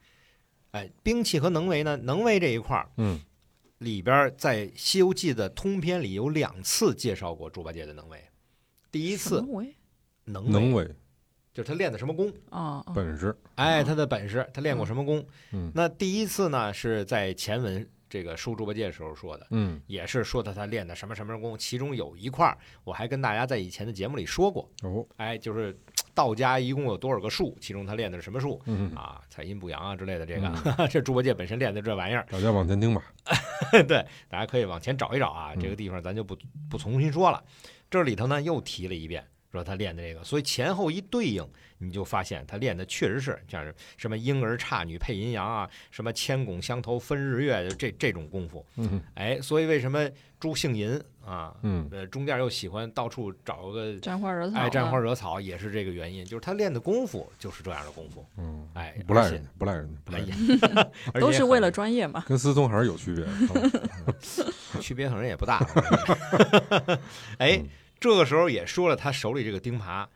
C: 哎，兵器和能为呢，能为这一块儿
B: 嗯
C: 里边儿在《西游记》的通篇里有两次介绍过猪八戒的能为，第一
D: 什
C: 次
D: 么为
C: 能为
B: 能为
C: 就是他练的什么功，
D: 啊，啊
B: 本事，
C: 哎，他的本事，他练过什么功？
B: 嗯
C: 那第一次呢是在前文这个收猪八戒的时候说的，
B: 嗯
C: 也是说的他练的什么什么功，其中有一块儿我还跟大家在以前的节目里说过，
B: 哦
C: 哎，就是道家一共有多少个术，其中他练的是什么术
B: 嗯，
C: 啊，采阴补阳啊之类的，这个 这猪八戒本身练的这玩意儿，
B: 大家往前听吧，
C: 对，大家可以往前找一找啊，
B: 嗯
C: 这个地方咱就不不重新说了。这里头呢又提了一遍，说他练的这个，所以前后一对应，你就发现他练的确实是像是什么婴儿差女配阴阳啊，什么千拱相投分日月这这种功夫。
B: 嗯
C: 哎，所以为什么朱姓银啊，
B: 嗯
C: 呃，中间又喜欢到处找个
D: 沾花惹草，啊
C: 爱沾花，惹草，也是这个原因，就是他练的功夫就是这样的功夫。
B: 嗯，
C: 哎，
B: 不赖
C: 而且
B: 人家，不赖人家，不
C: 哎
B: 赖人
C: 呀
B: 家，，
C: 而且
D: 都是
C: 很
D: 为了专业嘛。
B: 跟思聪还是有区别的。
C: 区别可能也不大。 哎
B: 嗯，
C: 这个时候也说了，他手里这个钉耙，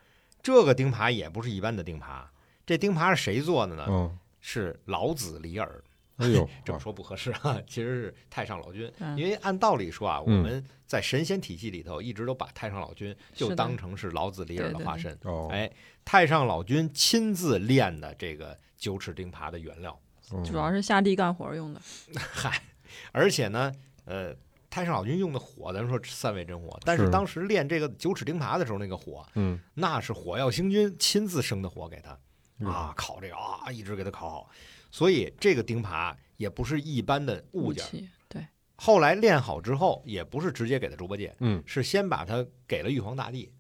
C: 这个钉耙也不是一般的钉耙，这钉耙是谁做的呢？
B: 嗯，
C: 是老子李耳。
B: 哎呦，
C: 这么说不合适啊，其实是太上老君。
D: 嗯
C: 因为按道理说啊，我
B: 嗯
C: 们在神仙体系里头一直都把太上老君
D: 是
C: 就
D: 的
C: 当成是老子李耳的
D: 对对
C: 化
D: 对
C: 身。
B: 哦，
C: 哎，太上老君亲自炼的这个九齿钉耙的原料。
B: 嗯
D: 主要是下地干活用的，
C: 嗨，而且呢，呃，太上老君用的火，咱们说三味真火，但是
B: 是
C: 当时炼这个九齿钉耙的时候，那个火
B: 嗯
C: 那是火耀星君亲自生的火给他
B: 嗯
C: 啊，烤这个啊，一直给他烤好，所以这个钉耙也不是一般的物
D: 武
C: 件儿。
D: 器对，
C: 后来炼好之后，也不是直接给的猪八戒，
B: 嗯，
C: 是先把它给了玉皇大帝。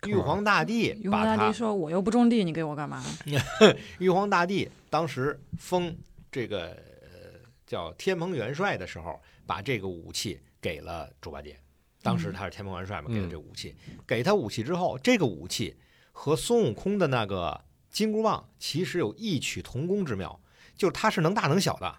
B: 干
C: 玉
B: 嘛
C: 皇大帝
D: 玉皇
C: 把
D: 大
C: 它
D: 帝说：“我又不种地，你给我干嘛
C: 玉皇大帝当时封这个呃叫天蓬元帅的时候，把这个武器给了猪八戒。当时他是天蓬元帅嘛，
B: 嗯
C: 给了这武器。给他武器之后，这个武器和孙悟空的那个金箍棒其实有异曲同工之妙，就是它是能大能小的，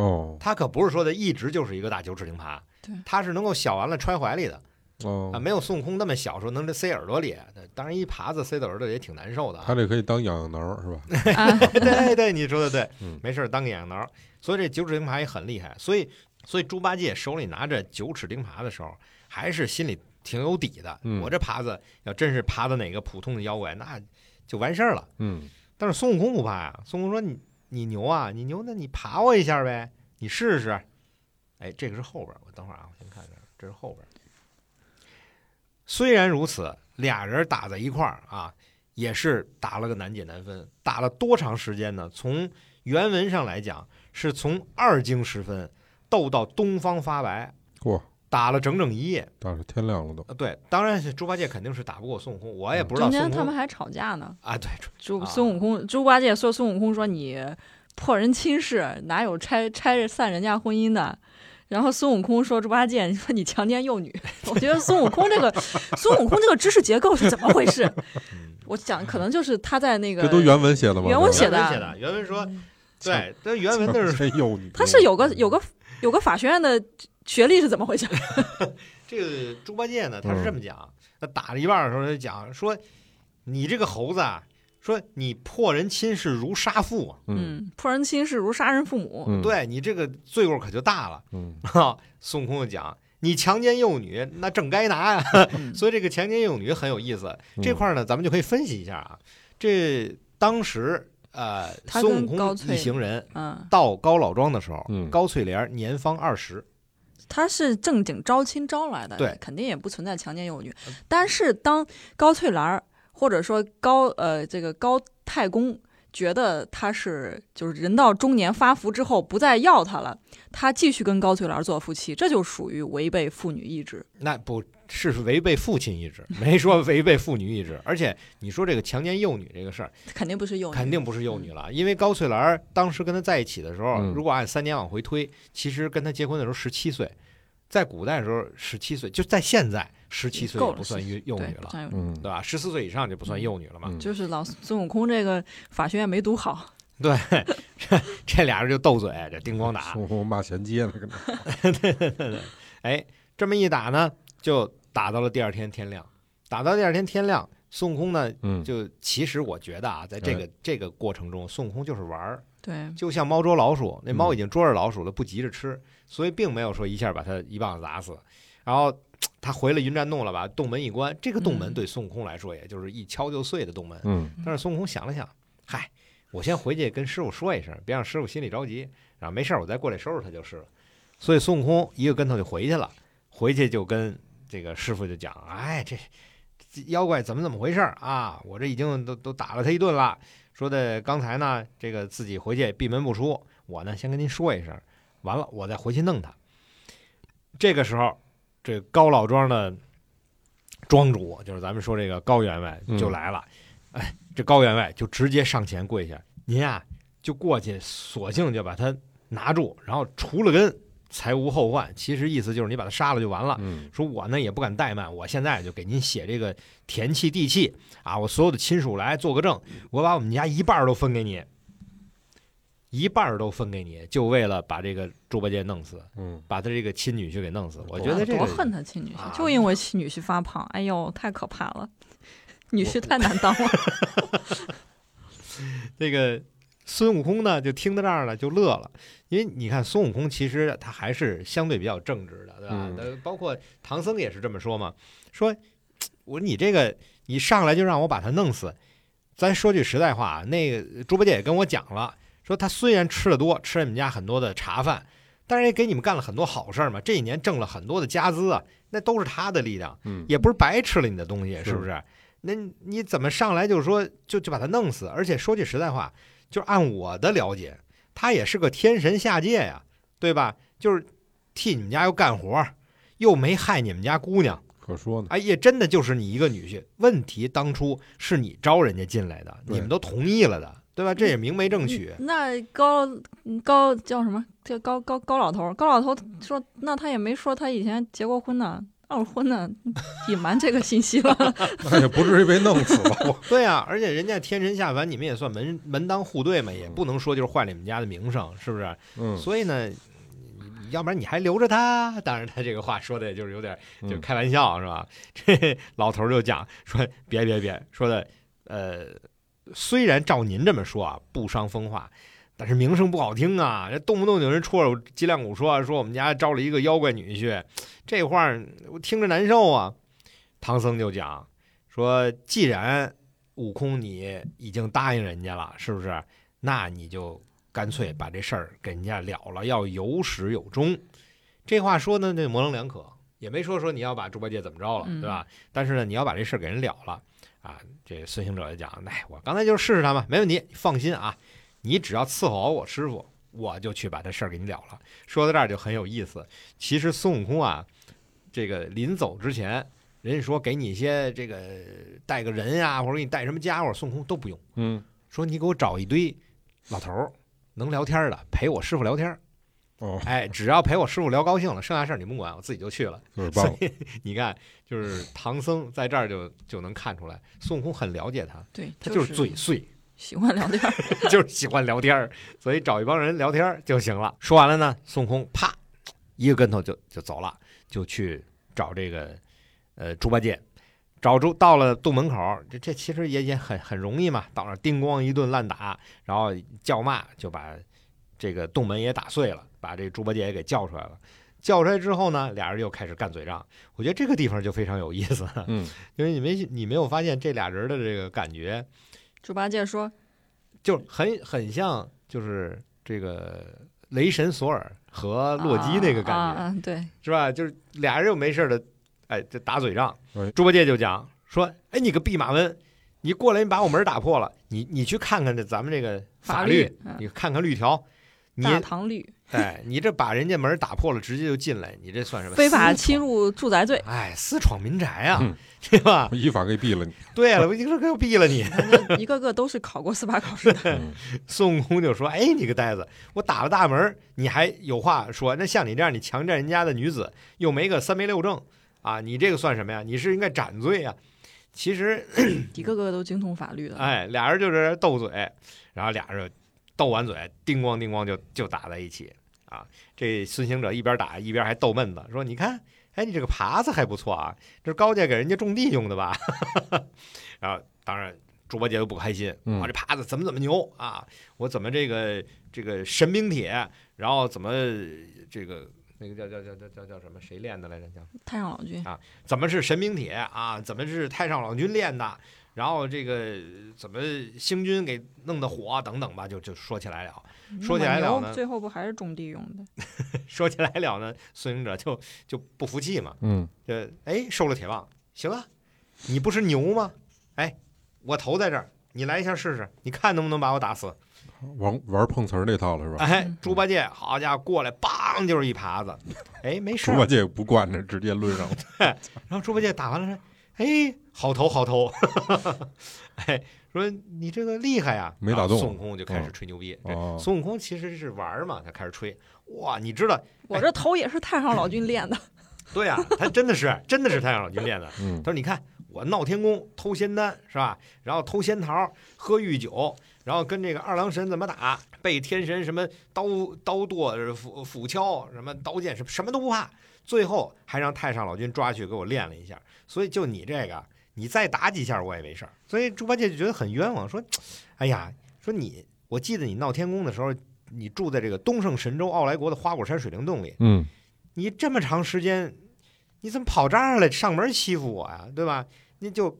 B: 哦
C: 它可不是说的一直就是一个大九齿钉耙
D: 对，
C: 它是能够小完了揣怀里的啊，
B: 哦，
C: 没有孙悟空那么小，说能塞耳朵里。当然，一耙子塞到耳朵里也挺难受的啊。
B: 他这可以当痒痒挠是吧？
D: 啊
C: 对对，你说的对，
B: 嗯
C: 没事儿当个痒挠儿。所以这九齿钉耙也很厉害，所以所以猪八戒手里拿着九齿钉耙的时候，还是心里挺有底的。
B: 嗯
C: 我这耙子要真是耙到哪个普通的妖怪，那就完事儿了。
B: 嗯
C: 但是孙悟空不怕呀、孙悟空说你你牛啊，你牛，那你耙我一下呗，你试试。哎，这个是后边儿，我等会儿啊，我先看看，这是后边儿。虽然如此，俩人打在一块儿啊，也是打了个难解难分。打了多长时间呢？从原文上来讲，是从二更时分斗到东方发白，
B: 哇，
C: 打了整整一夜。
B: 但是天亮了都，
C: 呃对，当然是猪八戒肯定是打不过孙悟空，我也不知道
D: 中
C: 孙
D: 间
C: 悟
D: 他们
C: 空
D: 还吵架呢。
C: 啊，对，
D: 猪
C: 啊
D: 孙悟空，猪八戒说孙悟空说你破人亲事，哪有拆拆散人家婚姻的？然后孙悟空说猪八戒，你说你强奸幼女， 我觉得孙悟空这个孙悟空这个知识结构是怎么回事？
C: 嗯
D: 我想可能就是他在那个
B: 这都原文写的啊吗？
D: 原文写
C: 原文
D: 的
C: 写的，原文说，
D: 嗯
C: 对，但原文那
B: 这 嗯
C: 是
B: 真有哎你，
D: 他是有个有个有个法学院的学历是怎么回事？
C: 这个猪八戒呢，他是这么讲，
B: 嗯
C: 他打了一半的时候他就讲说，你这个猴子啊，说你破人亲事如杀父啊，
B: 嗯
D: 嗯，破人亲事如杀人父母，
B: 嗯
C: 对你这个罪过可就大了。
B: 嗯
C: 孙悟空就讲，你强奸幼女，那正该拿呀、
D: 嗯
C: 所以这个强奸幼女很有意思，
B: 嗯
C: 这块儿呢，咱们就可以分析一下啊。这当时呃，
D: 他
C: 孙悟
D: 跟高
C: 空
D: 翠
C: 一行人
D: 嗯，
C: 到高老庄的时候，
B: 嗯
C: 高翠莲年方二十，
D: 他是正经招亲招来的，
C: 对嗯
D: 肯定也不存在强奸幼女。但是当高翠兰儿或者说高呃这个高太公觉得他是就是人到中年发福之后不再要他了，他继续跟高翠兰儿做夫妻，这就属于违背妇女意志。
C: 那不是违背父亲意志，没说违背妇女意志。而且你说这个强奸幼女这个事儿，
D: 肯定不是幼女，
C: 肯定不是
D: 嗯
C: 幼女了，因为高翠兰儿当时跟他在一起的时候，
B: 嗯
C: 如果按三年往回推，其实跟他结婚的时候十七岁，在古代的时候十七岁，就在现在十七岁
D: 够
C: 也
D: 了
C: 不算幼幼
D: 对
C: 女
D: 不
C: 了，
D: 算幼女嗯
B: 嗯
C: 对吧？十四岁以上就不算幼女了嘛。
B: 嗯
D: 就是老孙悟空这个法学院没读好，
C: 对，这这俩人就斗嘴，这叮咣打。
B: 我我马衔接呢，跟那
C: 哎，这么一打呢，就打到了第二天天亮。打到第二天天亮，孙悟空呢，
B: 嗯，哎
C: 就其实我觉得啊，在这个这个过程中，孙悟空就是玩儿，
D: 对，
C: 就像猫捉老鼠，那
B: 嗯
C: 猫已经捉着老鼠了，不急着吃，所以并没有说一下把它一棒子砸死。然后他回了云栈洞了吧，把洞门一关，这个洞门
D: 嗯
C: 对孙悟空来说，也就是一敲就碎的洞门。
B: 嗯
C: 但是孙悟空想了想，嗨，我先回去跟师傅说一声，别让师傅心里着急，然后没事儿我再过来收拾他就是了。所以孙悟空一个跟头就回去了，回去就跟这个师傅就讲，哎，这这妖怪怎么怎么回事儿啊？我这已经都都打了他一顿了。说的刚才呢，这个自己回去闭门不出，我呢先跟您说一声，完了我再回去弄他。这个时候，这高老庄的庄主，就是咱们说这个高员外
B: 嗯
C: 就来了。哎，这高员外就直接上前跪下，您啊就过去，索性就把他拿住，然后除了根，才无后患。其实意思就是你把他杀了就完了。
B: 嗯
C: 说我呢也不敢怠慢，我现在就给您写这个田契地契啊，我所有的亲属来做个证，我把我们家一半儿都分给你，一半儿都分给你，就为了把这个猪八戒弄死，
B: 嗯，
C: 把他这个亲女婿给弄死。我觉
D: 啊
C: 得这个
D: 多恨他亲女
C: 啊
D: 婿，就因为亲女婿发胖，哎呦，太可怕了，女婿太难当了。
C: 这个孙悟空呢，就听到这儿了就乐了，因为你看孙悟空其实他还是相对比较正直的，对吧？
B: 嗯
C: 那包括唐僧也是这么说嘛，说我你这个你上来就让我把他弄死，咱说句实在话，啊那个猪八戒也跟我讲了，说他虽然吃的多，吃了你们家很多的茶饭，但是也给你们干了很多好事儿嘛，这一年挣了很多的家资啊，那都是他的力量。
B: 嗯
C: 也不是白吃了你的东西，是不
B: 是
C: 是？那你怎么上来就说就就把他弄死？而且说句实在话，就按我的了解，他也是个天神下界呀，对吧？就是替你们家又干活，又没害你们家姑娘，
B: 可说呢，
C: 哎，也真的就是你一个女婿。问题当初是你招人家进来的，
B: 对
C: 你们都同意了的，对吧？这也明媒正娶。
D: 那高嗯高叫什么？叫高高高老头儿，高老头说，那他也没说他以前结过婚呢，二婚呢， 隐瞒这个信息了。
B: 那也不至于被弄死吧？我
C: 对啊，而且人家天神下凡，你们也算门门当户对嘛，也不能说就是坏了你们家的名声，是不是？
B: 嗯，
C: 所以呢，你要不然你还留着他？当然，他这个话说的就是有点
B: 嗯
C: 就开玩笑、是吧？ 这老头儿就讲说，别别别，说的呃，虽然照您这么说啊，不伤风化。但是名声不好听啊！这动不动有人戳我脊梁骨说说我们家招了一个妖怪女婿，这话儿我听着难受啊。唐僧就讲说，既然悟空你已经答应人家了，是不是？那你就干脆把这事儿给人家了了，要有始有终。这话说呢，那模棱两可，也没说说你要把猪八戒怎么着了，
D: 嗯
C: 对吧？但是呢，你要把这事儿给人了了啊。这孙行者就讲，哎，我刚才就试试他嘛，没问题，你放心啊，你只要伺候好我师傅，我就去把这事儿给你了了。说到这儿就很有意思。其实孙悟空啊，这个临走之前，人家说给你一些这个带个人呀、或者给你带什么家伙，孙悟空都不用。
B: 嗯，
C: 说你给我找一堆老头儿，能聊天儿的，陪我师傅聊天儿。
B: 哦，
C: 哎，只要陪我师傅聊高兴了，剩下事儿你甭管，我自己就去了。
B: 就是棒
C: 所，以你看，就是唐僧在这儿就就能看出来，孙悟空很了解他，
D: 对，
C: 他就是嘴碎，
D: 喜欢聊天儿。
C: 就是喜欢聊天儿，所以找一帮人聊天儿就行了。说完了呢，孙悟空啪一个跟头就就走了，就去找这个呃猪八戒。找猪到了洞门口，这这其实也也很很容易嘛，到那儿叮咣一顿乱打，然后叫骂就把这个洞门也打碎了，把这猪八戒也给叫出来了。叫出来之后呢，俩人又开始干嘴仗。我觉得这个地方就非常有意思了，
B: 嗯，
C: 因为你没你没有发现这俩人的这个感觉，
D: 猪八戒说
C: 就是很很像，就是这个雷神索尔和洛基那个感觉，
D: 啊啊啊对，
C: 是吧？就是俩人又没事的，哎，这打嘴仗
B: 哎。
C: 猪八戒就讲说：“哎，你个弼马温，你过来，你把我门打破了，你你去看看这咱们这个法律，
D: 律嗯
C: 你看看律条，你
D: 大唐律，
C: 哎，你这把人家门打破了，直接就进来，你这算什么
D: 非法
C: 私
D: 侵
C: 闯？
D: 入住 宅罪，
C: 哎，私闯民宅啊，
B: 嗯
C: 对吧？
B: 我依法给毙了你。
C: 对啊了，我一说给我毙了你。”
D: 反正一个个都是考过司法考试的。
B: 嗯
C: 孙悟空就说：“哎，你个呆子，我打了大门儿，你还有话说？那像你这样，你强占人家的女子，又没个三媒六证啊，你这个算什么呀？你是应该斩罪呀！”其实，
D: 一个个都精通法律的。
C: 哎哎，俩人就在这儿斗嘴，然后俩人斗完嘴，叮咣叮咣就就打在一起啊。这孙行者一边打一边还逗闷子，说：“你看，哎，你这个耙子还不错啊，这是高家给人家种地用的吧？” 然后当然猪八戒就不开心，
B: 嗯
C: 啊，这耙子怎么怎么牛啊，我怎么这个这个神兵铁，然后怎么这个那个叫叫叫叫叫叫什么谁练的来着？叫
D: 太上老君
C: 怎么是神兵铁啊？怎么是太上老君练的？然后这个怎么星君给弄的火啊等等吧，就就说起来了。
D: 嗯
C: 说起来了
E: 蒙
C: 呢
E: 牛最后不还是种地用的？
C: 说起来了呢，孙行者就就不服气嘛，
B: 嗯，
C: 这哎收了铁棒，行啊，你不是牛吗？哎，我头在这儿，你来一下试试，你看能不能把我打死？
B: 玩玩碰瓷儿这套了是吧？
C: 哎
D: 嗯，
C: 猪八戒，好家伙，过来，梆就是一耙子，哎，没事
B: 猪
C: 儿。
B: 八戒不惯着，直接抡上了。
C: 然后猪八戒打完了说：“哎，好头好头， 哎，说你这个厉害呀！”
B: 没打
C: 然后
B: 动嗯
C: 孙悟空就开始吹牛逼。
B: 哦
C: 这孙悟空其实是玩儿嘛，他开始吹。哇，你知道，
D: 我这头也是太上老君练的，
C: 对啊，他真的是真的是太上老君练的。
B: 嗯
C: 他，说：“你看我闹天宫偷仙丹是吧？然后偷仙桃，喝御酒，然后跟这个二郎神怎么打，被天神什么刀刀剁、呃斧斧敲、什么刀剑什么什么都不怕，最后还让太上老君抓去给我练了一下。所以就你这个，你再打几下我也没事儿。所以猪八戒就觉得很冤枉，说：哎呀，说你，我记得你闹天宫的时候，你住在这个东胜神州傲来国的花果山水帘洞里，
B: 嗯，
C: 你这么长时间，你怎么跑这儿来上门欺负我呀、对吧？你就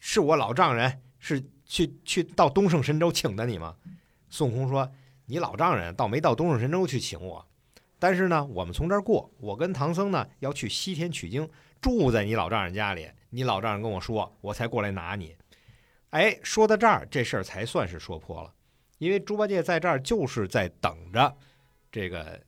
C: 是我老丈人，是去去到东胜神州请的你吗？孙悟空说：“你老丈人倒没到东胜神州去请我，但是呢，我们从这儿过，我跟唐僧呢要去西天取经，住在你老丈人家里。你老丈人跟我说，我才过来拿你。”哎，说到这儿，这事儿才算是说破了，因为猪八戒在这儿就是在等着这个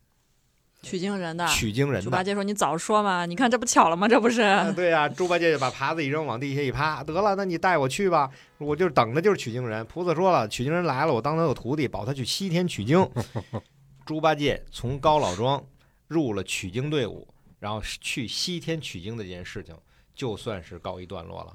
D: 取经人的。
C: 取经人
D: 啊猪
C: 的
D: 八戒说：“你早说嘛！你看这不巧了吗？这不是
C: 啊，对呀、猪八戒就把耙子一扔，往地下一趴，得了，那你带我去吧，我就等着就是取经人。菩萨说了，取经人来了，我当他有徒弟，保他去西天取经。猪八戒从高老庄入了取经队伍，然后去西天取经的这件事情，就算是告一段落了。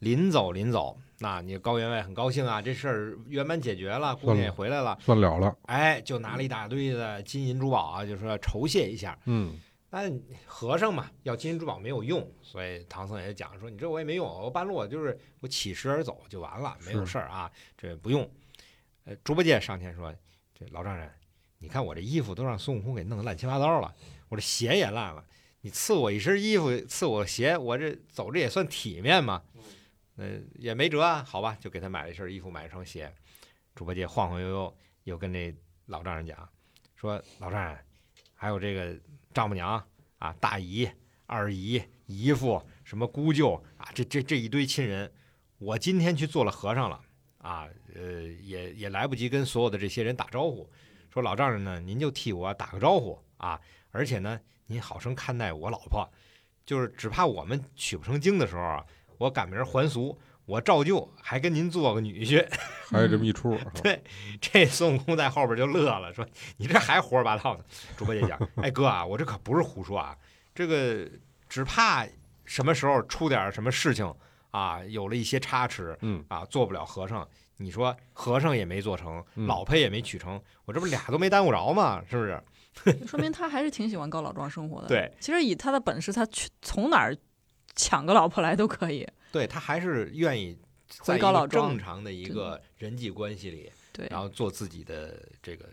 C: 临走临走，那你高员外很高兴啊，这事儿圆满解决了，姑娘也回来了，
B: 算了了。
C: 哎，就拿了一大堆的金银珠宝啊，就说酬谢一下。
B: 嗯，
C: 但和尚嘛，要金银珠宝没有用，所以唐僧也讲说：“你这我也没用，我半路我就是我起时而走就完了，没有
B: 是
C: 事儿啊，这不用。”呃，猪八戒上前说：“这老丈人，你看我这衣服都让孙悟空给弄得乱七八糟了，我这鞋也烂了，你赐我一身衣服，赐我鞋，我这走着也算体面嘛。嗯、也没辙啊，好吧，就给他买了一身衣服，买了一双鞋。猪八戒晃晃悠悠又跟这老丈人讲说：老丈人，还有这个丈母娘啊、大姨、二姨、姨父、什么姑舅啊，这这这一堆亲人，我今天去做了和尚了啊，呃，也也来不及跟所有的这些人打招呼。说老丈人呢，您就替我打个招呼啊，而且呢，您好生看待我老婆，就是只怕我们取不成经的时候啊，我赶明儿还俗，我照旧还跟您做个女婿。
B: 还有这么一出，
C: 对 这孙悟空在后边就乐了，说：“你这还胡说八道呢！”猪八戒讲：“哎哥啊，我这可不是胡说啊，这个只怕什么时候出点什么事情啊，有了一些差池，
B: 嗯
C: 啊，做不了和尚。你说和尚也没做成，
B: 嗯
C: 老婆也没娶成，我这不俩都没耽误着吗？是不是？
D: 说明他还是挺喜欢高老庄生活的。
C: 对，
D: 其实以他的本事，他去从哪儿抢个老婆来都可以。
C: 对他还是愿意在
D: 回
C: 一
D: 高
C: 个
D: 老庄
C: 正常的一个人际关系里，
D: 对，
C: 然后做自己的这个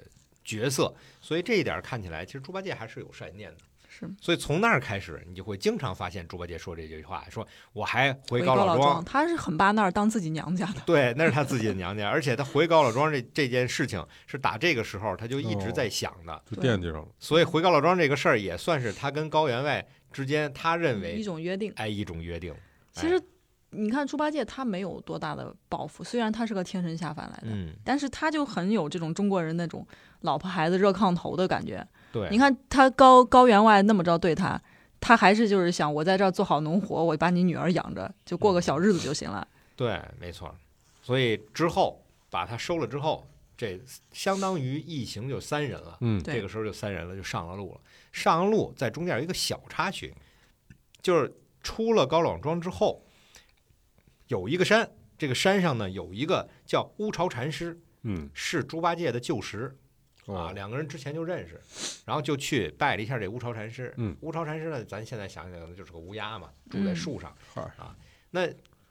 C: 角色。所以这一点看起来，其实猪八戒还是有善念的。”
D: 是
C: 所以从那儿开始，你就会经常发现猪八戒说这句话，说我还回
D: 回
C: 高
D: 老
C: 老庄，
D: 他是很把那儿当自己娘家的。
C: 对， 那是他自己的娘家，而且他回高老庄这这件事情是打这个时候他就一直在想的，
B: 就惦记上了。
C: 所以回高老庄这个事儿也算是他跟高员外之间他认
D: 一
C: 为
D: 种约定。
C: 哎一种约定，
D: 其实你看猪八戒他没有多大的抱负，虽然他是个天神下凡来的，
C: 嗯，
D: 但是他就很有这种中国人那种老婆孩子热炕头的感觉。
C: 对，
D: 你看他高高员外那么着对他，他还是就是想我在这儿做好农活，我把你女儿养着，
C: 嗯
D: 就过个小日子就行了。
C: 对，没错。所以之后把他收了之后，这相当于一行就三人了。
B: 嗯，
D: 对
C: 这个时候就三人了，就上了路了。上了路，在中间有一个小插曲，就是出了高老庄之后，有一个山，这个山上呢有一个叫乌巢禅师，
B: 嗯，
C: 是猪八戒的旧识啊，
B: 哦，
C: 两个人之前就认识，然后就去拜了一下这乌巢禅师。
B: 嗯
C: 乌巢禅师呢，咱现在想起来可能就是个乌鸦嘛，住在
D: 嗯
C: 树上、
B: 嗨
C: 啊。那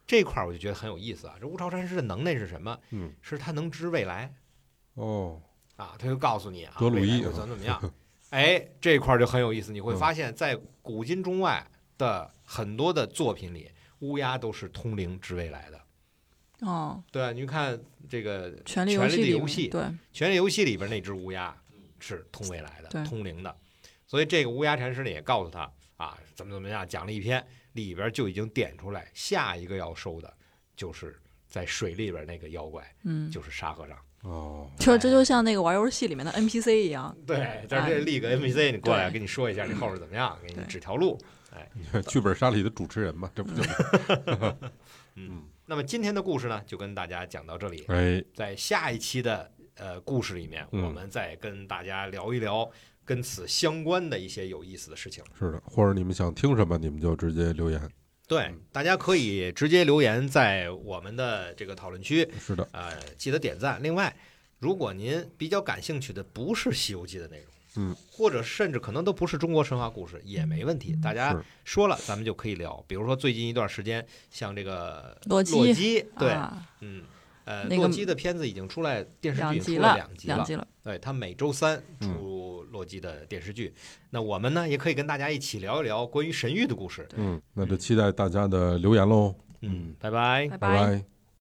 C: 这块儿我就觉得很有意思啊。这乌巢禅师的能耐是什么？
B: 嗯，
C: 是他能知未来
B: 哦，
C: 啊，他就告诉你啊，
B: 德鲁伊
C: 未来会怎么怎么样。哎，这块儿就很有意思，你会发现在古今中外的很多的作品里，乌鸦都是通灵知未来的。
D: 哦，
C: 对啊，你看这个
D: 《权力游
C: 权
D: 戏》
C: 力的
D: 里
C: 游
D: 面
C: 戏
D: 对，
C: 《权力游戏》里边那只乌鸦是通未来的、
D: 对
C: 通灵的，所以这个乌鸦禅师呢也告诉他啊，怎么怎么样，讲了一篇，里边就已经点出来，下一个要收的就是在水里边那个妖怪，
D: 嗯，
C: 就是沙和尚。
B: 哦，
C: 哎
D: 就这就像那个玩游戏里面的 NPC 一样，
C: 对，在这立个 NPC，你过来跟你说一下你后边怎么样，给你
D: 哎对
C: 指条路。
B: 你看剧本杀里的主持人嘛，这不就
C: 那么今天的故事呢，就跟大家讲到这里。
B: 哎，
C: 在下一期的呃故事里面，
B: 嗯
C: 我们再跟大家聊一聊跟此相关的一些有意思的事情。
B: 是的，或者你们想听什么，你们就直接留言。
C: 对，大家可以直接留言在我们的这个讨论区，
B: 是的，
C: 呃，记得点赞。另外，如果您比较感兴趣的不是《西游记》的内容，
B: 嗯，
C: 或者甚至可能都不是中国神话故事也没问题，大家
B: 是
C: 说了咱们就可以聊。比如说最近一段时间，像这个
D: 洛基
C: 洛基对，
D: 啊，
C: 嗯，呃，
D: 那个
C: 洛基的片子已经出来，电视剧
D: 两
C: 已经
D: 集
C: 出了
D: 了，
C: 两集
D: 两
C: 了，
D: 集了，
C: 对，他每周三出洛基的电视剧。那我们呢，也可以跟大家一起聊一聊关于神域的故事。
B: 嗯，那就期待大家的留言喽，
C: 嗯
B: 嗯，
C: 拜拜
D: 拜
B: 拜。